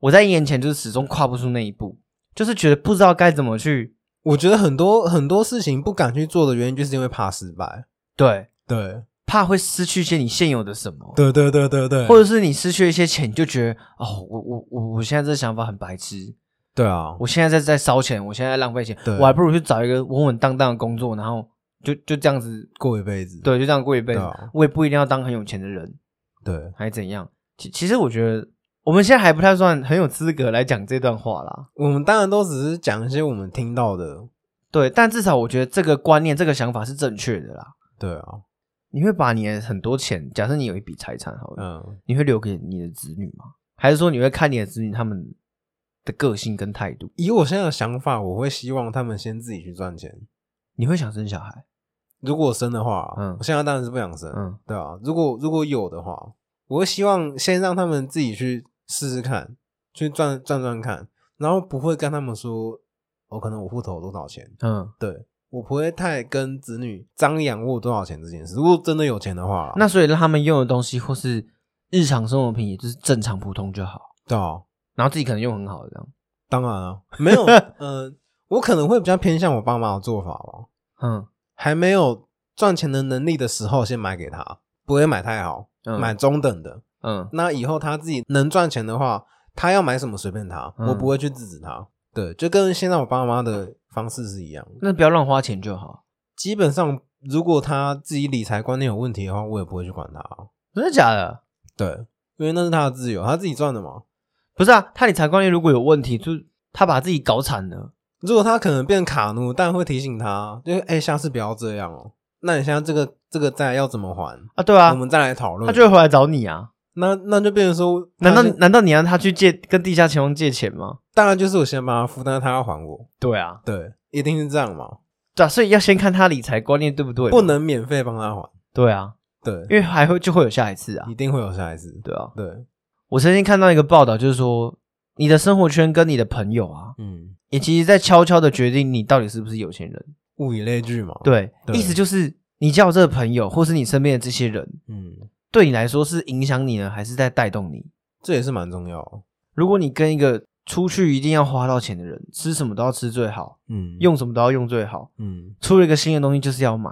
Speaker 1: 我在一年前就是始终跨不出那一步，就是觉得不知道该怎么去
Speaker 2: 我觉得很多很多事情不敢去做的原因，就是因为怕失败。
Speaker 1: 对，
Speaker 2: 对，
Speaker 1: 怕会失去一些你现有的什么，
Speaker 2: 对对对对对，
Speaker 1: 或者是你失去一些钱，你就觉得哦，我我我我现在这想法很白痴，
Speaker 2: 对啊，
Speaker 1: 我现在在在烧钱，我现在在浪费钱
Speaker 2: 对，
Speaker 1: 我还不如去找一个稳稳当当的工作，然后就就这样子，
Speaker 2: 过一辈子。
Speaker 1: 对，就这样过一辈子
Speaker 2: 对啊，
Speaker 1: 我也不一定要当很有钱的人，
Speaker 2: 对，
Speaker 1: 还怎样？其其实我觉得我们现在还不太算很有资格来讲这段话啦。
Speaker 2: 我们当然都只是讲一些我们听到的。
Speaker 1: 对，但至少我觉得这个观念、这个想法是正确的啦。
Speaker 2: 对啊，
Speaker 1: 你会把你的很多钱，假设你有一笔财产好了，
Speaker 2: 嗯，
Speaker 1: 你会留给你的子女吗？还是说你会看你的子女他们的个性跟态度？
Speaker 2: 以我现在的想法，我会希望他们先自己去赚钱。
Speaker 1: 你会想生小孩？
Speaker 2: 如果生的话，
Speaker 1: 嗯
Speaker 2: 我现在当然是不想生。
Speaker 1: 嗯
Speaker 2: 对啊，如果如果有的话，我会希望先让他们自己去试试看，去赚赚赚看，然后不会跟他们说，我、可能我户头有多少钱，
Speaker 1: 嗯，
Speaker 2: 对我不会太跟子女张扬我有多少钱这件事。如果真的有钱的话啦，
Speaker 1: 那所以让他们用的东西或是日常生活品，也就是正常普通就好，
Speaker 2: 对啊，
Speaker 1: 然后自己可能用很好的这样。
Speaker 2: 当然啊，没有，嗯、我可能会比较偏向我爸妈的做法吧。
Speaker 1: 嗯
Speaker 2: 还没有赚钱的能力的时候，先买给他，不会买太好，
Speaker 1: 嗯
Speaker 2: 买中等的。
Speaker 1: 嗯
Speaker 2: 那以后他自己能赚钱的话，他要买什么随便他，
Speaker 1: 嗯
Speaker 2: 我不会去制止他。对，就跟现在我爸妈的方式是一样的。
Speaker 1: 那不要乱花钱就好。
Speaker 2: 基本上，如果他自己理财观念有问题的话，我也不会去管他。
Speaker 1: 真的假的？
Speaker 2: 对，因为那是他的自由，他自己赚的嘛。
Speaker 1: 不是啊，他理财观念如果有问题，就是他把自己搞惨了。
Speaker 2: 如果他可能变卡奴，但会提醒他，就是哎、下次不要这样哦。那你现在这个这个债要怎么还？
Speaker 1: 啊，对啊
Speaker 2: 我，们再来讨论。
Speaker 1: 他就会回来找你啊。
Speaker 2: 那那就变成说，
Speaker 1: 难道
Speaker 2: 他
Speaker 1: 你
Speaker 2: 就
Speaker 1: 难道你让他去借跟地下钱庄借钱吗？
Speaker 2: 当然就是我先帮他付，但是他要还我，
Speaker 1: 对啊，
Speaker 2: 对，一定是这样嘛，
Speaker 1: 对啊，所以要先看他理财观念对不对嘛，
Speaker 2: 不能免费帮他还，
Speaker 1: 对啊，
Speaker 2: 对，
Speaker 1: 因为还会就会有下一次啊
Speaker 2: 一，定会有下一次，
Speaker 1: 对啊。
Speaker 2: 对，
Speaker 1: 我曾经看到一个报道，就是说你的生活圈跟你的朋友啊，
Speaker 2: 嗯，
Speaker 1: 也其实在悄悄的决定你到底是不是有钱人。
Speaker 2: 物以类聚嘛。，
Speaker 1: 对，
Speaker 2: 哦对
Speaker 1: 意思就是你交这个朋友，或是你身边的这些人，
Speaker 2: 嗯，
Speaker 1: 对你来说是影响你呢，还是在带动你？
Speaker 2: 这也是蛮重要。
Speaker 1: 如果你跟一个出去一定要花到钱的人，吃什么都要吃最好，
Speaker 2: 嗯，
Speaker 1: 用什么都要用最好，
Speaker 2: 嗯
Speaker 1: 出了一个新的东西就是要买，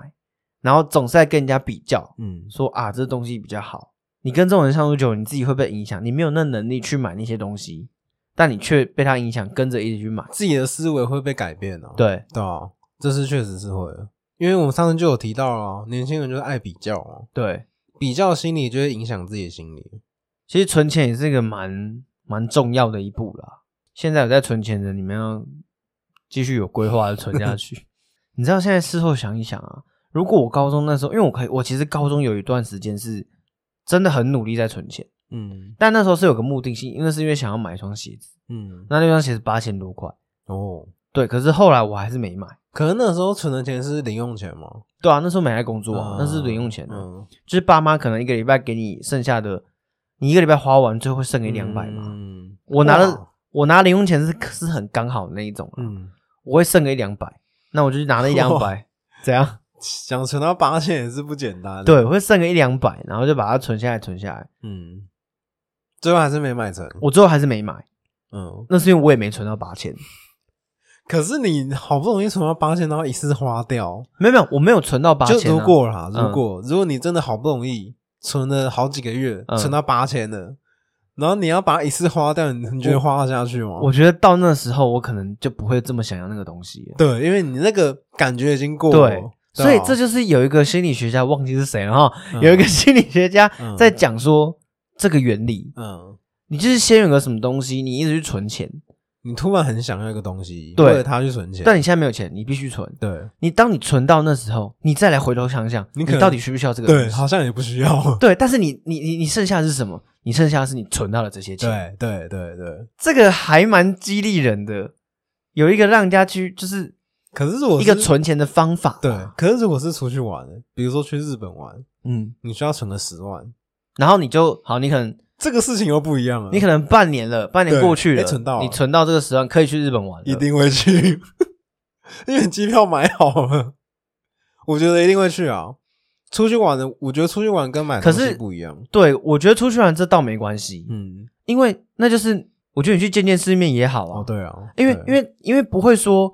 Speaker 1: 然后总是在跟人家比较，
Speaker 2: 嗯
Speaker 1: 说啊这东西比较好。你跟这种人相处久，你自己会被影响，你没有那能力去买那些东西，但你却被他影响，跟着一直去买。
Speaker 2: 自己的思维会被改变哦。
Speaker 1: 对，
Speaker 2: 对啊，这是确实是会的，因为我们上次就有提到了，啊年轻人就是爱比较哦，
Speaker 1: 对，
Speaker 2: 比较心理就会影响自己的心理。
Speaker 1: 其实存钱也是一个蛮蛮重要的一步啦。现在有在存钱的，你们要继续有规划的存下去。 你知道现在事后想一想啊，如果我高中那时候，因为我可以，我其实高中有一段时间是真的很努力在存钱，
Speaker 2: 嗯
Speaker 1: 但那时候是有个目的性，因为是因为想要买一双鞋子，
Speaker 2: 嗯
Speaker 1: 那那双鞋子八千多块，
Speaker 2: 哦，
Speaker 1: 对，可是后来我还是没买。
Speaker 2: 可能那时候存的钱是零用钱嘛，
Speaker 1: 对啊，那时候没在工作啊
Speaker 2: 嗯，
Speaker 1: 那是零用钱啊，
Speaker 2: 嗯，
Speaker 1: 就是爸妈可能一个礼拜给你剩下的，你一个礼拜花完最后会剩给两百嘛。
Speaker 2: 嗯，
Speaker 1: 我拿了
Speaker 2: 哇，
Speaker 1: 我拿零用钱是是很刚好的那一种、啊，
Speaker 2: 嗯，
Speaker 1: 我会剩个一两百，那我就拿 那一两
Speaker 2: 哇
Speaker 1: 百，怎 样？
Speaker 2: 想存到八千也是不简单。，
Speaker 1: 对，我会剩个一两百，然后就把它存下来，存下来。
Speaker 2: 嗯，最后还是没买成。
Speaker 1: 我最后还是没买，
Speaker 2: 嗯，
Speaker 1: 那是因为我也没存到八千，
Speaker 2: 可是你好不容易存到八千，然后一次花掉，
Speaker 1: 没有没有，我没有存到八千、啊。
Speaker 2: 就如果啦，
Speaker 1: 嗯
Speaker 2: 如果、如果你真的好不容易存了好几个月，
Speaker 1: 嗯
Speaker 2: 存到八千了，然后你要把它一次花掉，你你觉得花得下去吗？
Speaker 1: 我觉得到那时候，我可能就不会这么想要那个东西了。
Speaker 2: 对，因为你那个感觉已经过了，
Speaker 1: 对，所以
Speaker 2: 吧
Speaker 1: 这就是有一个心理学家，忘记是谁了哈，
Speaker 2: 嗯
Speaker 1: 有一个心理学家
Speaker 2: 嗯
Speaker 1: 在讲说这个原理，
Speaker 2: 嗯，
Speaker 1: 你就是先有个什么东西，你一直去存钱，
Speaker 2: 你突然很想要一个东西，
Speaker 1: 对
Speaker 2: 为了它去存钱，
Speaker 1: 但你现在没有钱，你必须存。
Speaker 2: 对
Speaker 1: 你当你存到那时候，你再来回头想想，
Speaker 2: 你
Speaker 1: 你
Speaker 2: 可能
Speaker 1: 到底需不需要这个
Speaker 2: 对，
Speaker 1: 东西？
Speaker 2: 好像也不需要，
Speaker 1: 对，但是你你你你剩下的是什么？你剩下的是你存到了这些钱，
Speaker 2: 对对对对。
Speaker 1: 这个还蛮激励人的。有一个让人家去，就是
Speaker 2: 可是如果
Speaker 1: 一
Speaker 2: 是
Speaker 1: 个存钱的方法。
Speaker 2: 对，可是如果是出去玩，比如说去日本玩，
Speaker 1: 嗯，
Speaker 2: 你需要存个十万，
Speaker 1: 然后你就好，你可能
Speaker 2: 这个事情又不一样了，
Speaker 1: 你可能半年了，半年
Speaker 2: 对
Speaker 1: 过去
Speaker 2: 哎
Speaker 1: 了，
Speaker 2: 存到了
Speaker 1: 你存到这个十万，可以去日本玩了，
Speaker 2: 一定会去， 因为机票买好了，我觉得一定会去啊。出去玩的，我觉得出去玩跟买东
Speaker 1: 可
Speaker 2: 西
Speaker 1: 是
Speaker 2: 不一样。
Speaker 1: 对，我觉得出去玩这倒没关系，
Speaker 2: 嗯，
Speaker 1: 因为那就是我觉得你去见见世面也好啊。
Speaker 2: 哦，对啊，
Speaker 1: 因为
Speaker 2: 对
Speaker 1: 因为因为不会说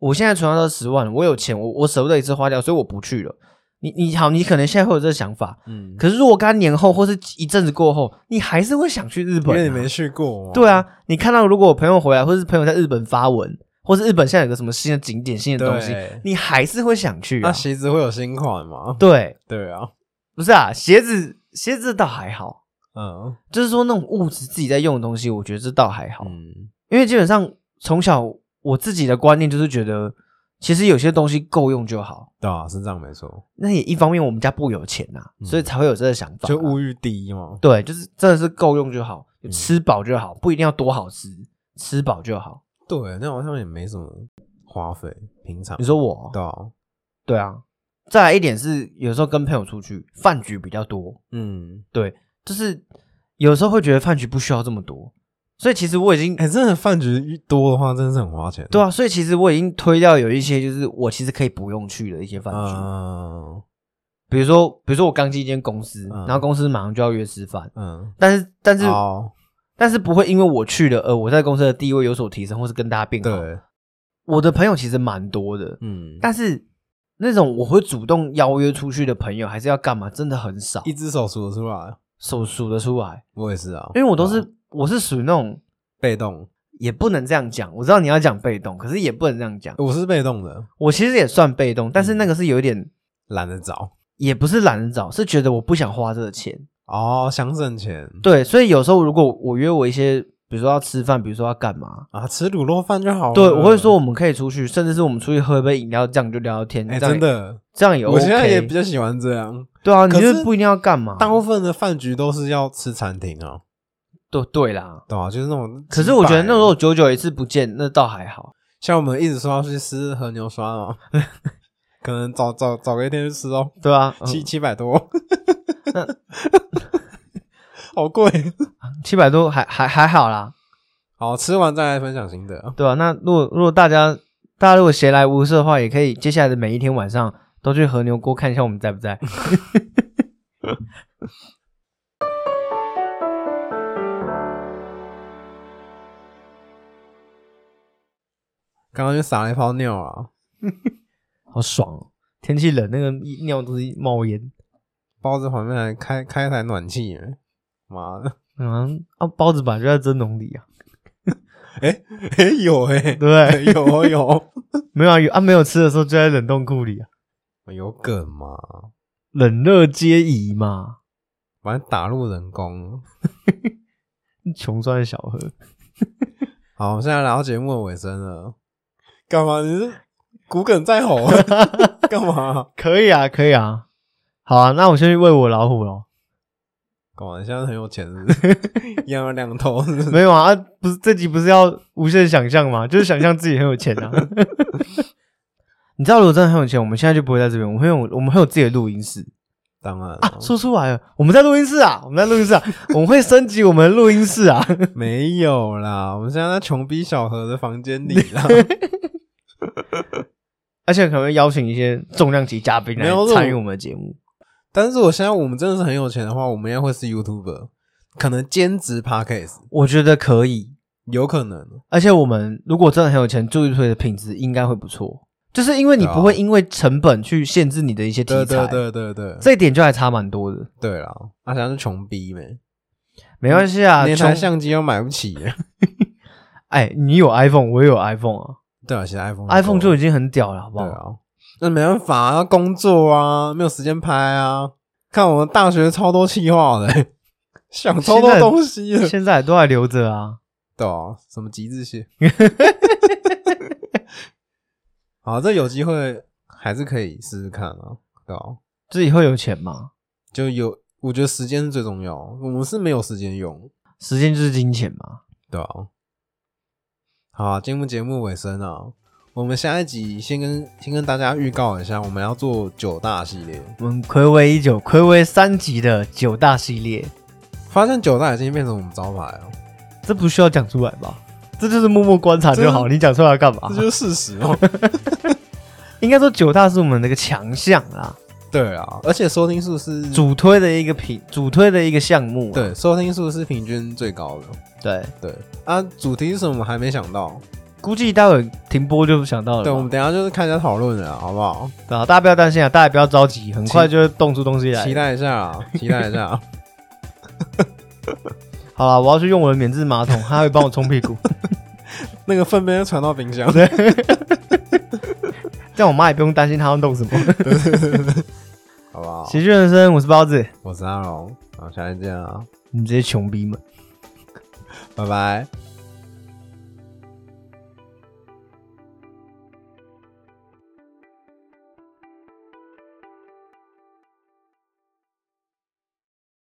Speaker 1: 我现在存到十万，我有钱，我我舍不得一次花掉，所以我不去了。你你好，你可能现在会有这个想法，
Speaker 2: 嗯，
Speaker 1: 可是若干年后或是一阵子过后，你还是会想去日
Speaker 2: 因
Speaker 1: 本、啊
Speaker 2: 为你没。去过嘛，
Speaker 1: 对，啊，你看到如果我朋友回来，或是朋友在日本发文，或是日本现在有个什么新的景点、新的东西，
Speaker 2: 对，
Speaker 1: 你还是会想去
Speaker 2: 那
Speaker 1: 啊。
Speaker 2: 鞋子会有新款吗？
Speaker 1: 对，
Speaker 2: 对啊，
Speaker 1: 不是啊，鞋子鞋子倒还好，
Speaker 2: 嗯
Speaker 1: 就是说那种物质自己在用的东西，我觉得这倒还好，
Speaker 2: 嗯
Speaker 1: 因为基本上从小我自己的观念就是觉得，其实有些东西够用就好。
Speaker 2: 对啊，是这样没错，
Speaker 1: 那也一方面我们家不有钱呐、
Speaker 2: 嗯
Speaker 1: 所以才会有这个想法、
Speaker 2: 就物欲低嘛，
Speaker 1: 对，就是真的是够用就好，
Speaker 2: 嗯
Speaker 1: 吃饱就好，不一定要多好吃，吃饱就好。
Speaker 2: 对，那好像也没什么花费，平常
Speaker 1: 你说我？哦
Speaker 2: 对啊，
Speaker 1: 对啊。再来一点是，有时候跟朋友出去饭局比较多，
Speaker 2: 嗯，
Speaker 1: 就是有时候会觉得饭局不需要这么多，所以其实我已经
Speaker 2: 哎，真的饭局多的话，真的是很花钱，
Speaker 1: 对
Speaker 2: 啊，
Speaker 1: 啊，所以其实我已经推掉有一些就是我其实可以不用去的一些饭局，
Speaker 2: 嗯
Speaker 1: 比如说比如说我刚进一间公司，
Speaker 2: 嗯
Speaker 1: 然后公司马上就要约吃饭，
Speaker 2: 嗯，
Speaker 1: 但是但是
Speaker 2: 好，
Speaker 1: 但是不会因为我去了，呃，我在公司的地位有所提升，或是跟大家变好。
Speaker 2: 对，
Speaker 1: 我的朋友其实蛮多的，
Speaker 2: 嗯，
Speaker 1: 但是那种我会主动邀约出去的朋友，还是要干嘛，真的很少
Speaker 2: 一，只手数得出来，
Speaker 1: 手数得出来。
Speaker 2: 我也是啊，
Speaker 1: 因为我都
Speaker 2: 对啊
Speaker 1: 是我是属于那种，
Speaker 2: 被动，
Speaker 1: 也不能这样讲。我知道你要讲被动，可是也不能这样讲。
Speaker 2: 我是被动的，
Speaker 1: 我其实也算被动，但是那个是有一点，
Speaker 2: 懒得找
Speaker 1: 也不是懒得找，是觉得我不想花这个钱。
Speaker 2: 哦，想省钱
Speaker 1: 对，所以有时候如果我约我一些，比如说要吃饭，比如说要干嘛，
Speaker 2: 啊，吃卤肉饭就好了。
Speaker 1: 对，我会说我，们可以出去，甚至是我们出去喝一杯饮料，这样就聊聊天。
Speaker 2: 哎，
Speaker 1: 这样
Speaker 2: 真的，
Speaker 1: 这样也 OK。
Speaker 2: 我现在也比较喜欢这样。
Speaker 1: 对啊，你
Speaker 2: 可
Speaker 1: 就是不一定要干嘛。
Speaker 2: 大部分的饭局都是要吃餐厅啊，
Speaker 1: 对对啦，
Speaker 2: 对啊，就是那种。
Speaker 1: 可是我觉得那时候
Speaker 2: 种，
Speaker 1: 久久一次不见，那倒还好。
Speaker 2: 像我们一直说要去吃和牛涮哦， 可能早早早个一天去吃哦，
Speaker 1: 对啊，嗯
Speaker 2: 七七百多， 好贵。
Speaker 1: 嗯七百多还还还好啦，
Speaker 2: 好，吃完再来分享心得。啊
Speaker 1: 对啊，那如果如果大家大家如果闲来无事的话，也可以接下来的每一天晚上都去和牛锅看一下我们在不在。
Speaker 2: 刚刚就撒了一泡尿啊，
Speaker 1: 好爽哦！天气冷，那个尿都是冒烟。
Speaker 2: 包子旁边还开开一台暖气耶，妈的，
Speaker 1: 嗯啊，包子本来就在蒸笼里啊，
Speaker 2: 哎哎有哎
Speaker 1: 对，不对？
Speaker 2: 有哦有，
Speaker 1: 没有啊，有啊，没有吃的时候就在冷冻库里啊，
Speaker 2: 有梗嘛，
Speaker 1: 冷热皆宜嘛。
Speaker 2: 反正打入冷宫。
Speaker 1: 穷酸小何，
Speaker 2: 好，现在来到节目的尾声了，干嘛？你是骨梗在吼？ 干嘛？
Speaker 1: 可以啊，可以啊。好啊，那我先去喂我老虎 喽。
Speaker 2: 干嘛？你现在很有钱是不是？一样有两头是不是
Speaker 1: 没有啊，啊不是这集不是要无限想象吗？就是想象自己很有钱啊。 你知道，如果真的很有钱，我们现在就不会在这边，我们会有我们会有自己的录音室
Speaker 2: 当然了
Speaker 1: 啊。说出来了，我们在录音室啊，我们在录音室啊，我们会升级我们的录音室啊。
Speaker 2: 没有啦，我们现在在穷逼小何的房间里 啦，
Speaker 1: 而且可能会邀请一些重量级嘉宾来
Speaker 2: 没有这种
Speaker 1: 参与我们的节目。
Speaker 2: 但是我现在我们真的是很有钱的话，我们应该会是 YouTuber，可能兼职 Podcast，
Speaker 1: 我觉得可以，
Speaker 2: 有可能。
Speaker 1: 而且我们如果真的很有钱，做一推的品质应该会不错，就是因为你
Speaker 2: 对啊
Speaker 1: 不会因为成本去限制你的一些题
Speaker 2: 对
Speaker 1: 材，
Speaker 2: 对对对对，
Speaker 1: 这一点就还差蛮多的。
Speaker 2: 对啦，阿翔是穷逼呗，
Speaker 1: 没关系啊，
Speaker 2: 连
Speaker 1: 穷
Speaker 2: 台相机都买不起 耶。
Speaker 1: 哎，你有 iPhone，我也有 iPhone 啊
Speaker 2: 对啊，其实 iPhone
Speaker 1: ，iPhone 就
Speaker 2: 对
Speaker 1: 已经很屌了，好不好？
Speaker 2: 啊，那没办法啊，要工作啊，没有时间拍啊。看我们大学超多气话的， 想超多东西 的。
Speaker 1: 现在都还留着啊。
Speaker 2: 对啊，什么极致蟹？ 好，这有机会还是可以试试看啊，对啊，
Speaker 1: 自己会有钱吗？
Speaker 2: 就有，我觉得时间是最重要，啊我们是没有时间用，
Speaker 1: 时间就是金钱嘛。
Speaker 2: 对啊。好啊，进入节目尾声啊，我们下一集先跟先跟大家预告一下，我们要做九大系列。
Speaker 1: 我们暌违已久，暌违三集的九大系列，
Speaker 2: 发现九大已经变成我们招牌了，
Speaker 1: 这不需要讲出来吧？这就是默默观察就好，
Speaker 2: 这
Speaker 1: 你讲出来要干嘛
Speaker 2: 这？就是事实哦。
Speaker 1: 应该说九大是我们的一个强项啦，
Speaker 2: 对啊，而且收听数是
Speaker 1: 主推的一个品，主推的一个项目啊、
Speaker 2: 对收听数是平均最高的。
Speaker 1: 对，
Speaker 2: 对啊，主题是什么还没想到，
Speaker 1: 估计待会停播就想到了吧。
Speaker 2: 对，我们等一下就是看一下讨论了，好不好？
Speaker 1: 对啊，大家不要担心啊，大家不要着急，很快就会动出东西来
Speaker 2: 期。待一下啊，期待一下啊。
Speaker 1: 好了，我要去用我的免治马桶，它会帮我冲屁 股，
Speaker 2: 那个粪便传到冰箱，
Speaker 1: 这样我妈也不用担心她要弄什么。
Speaker 2: 好不好？
Speaker 1: 喜剧人生，我是包子，
Speaker 2: 我是阿龙，好，下次见啊，
Speaker 1: 你这些穷逼们。
Speaker 2: 拜拜。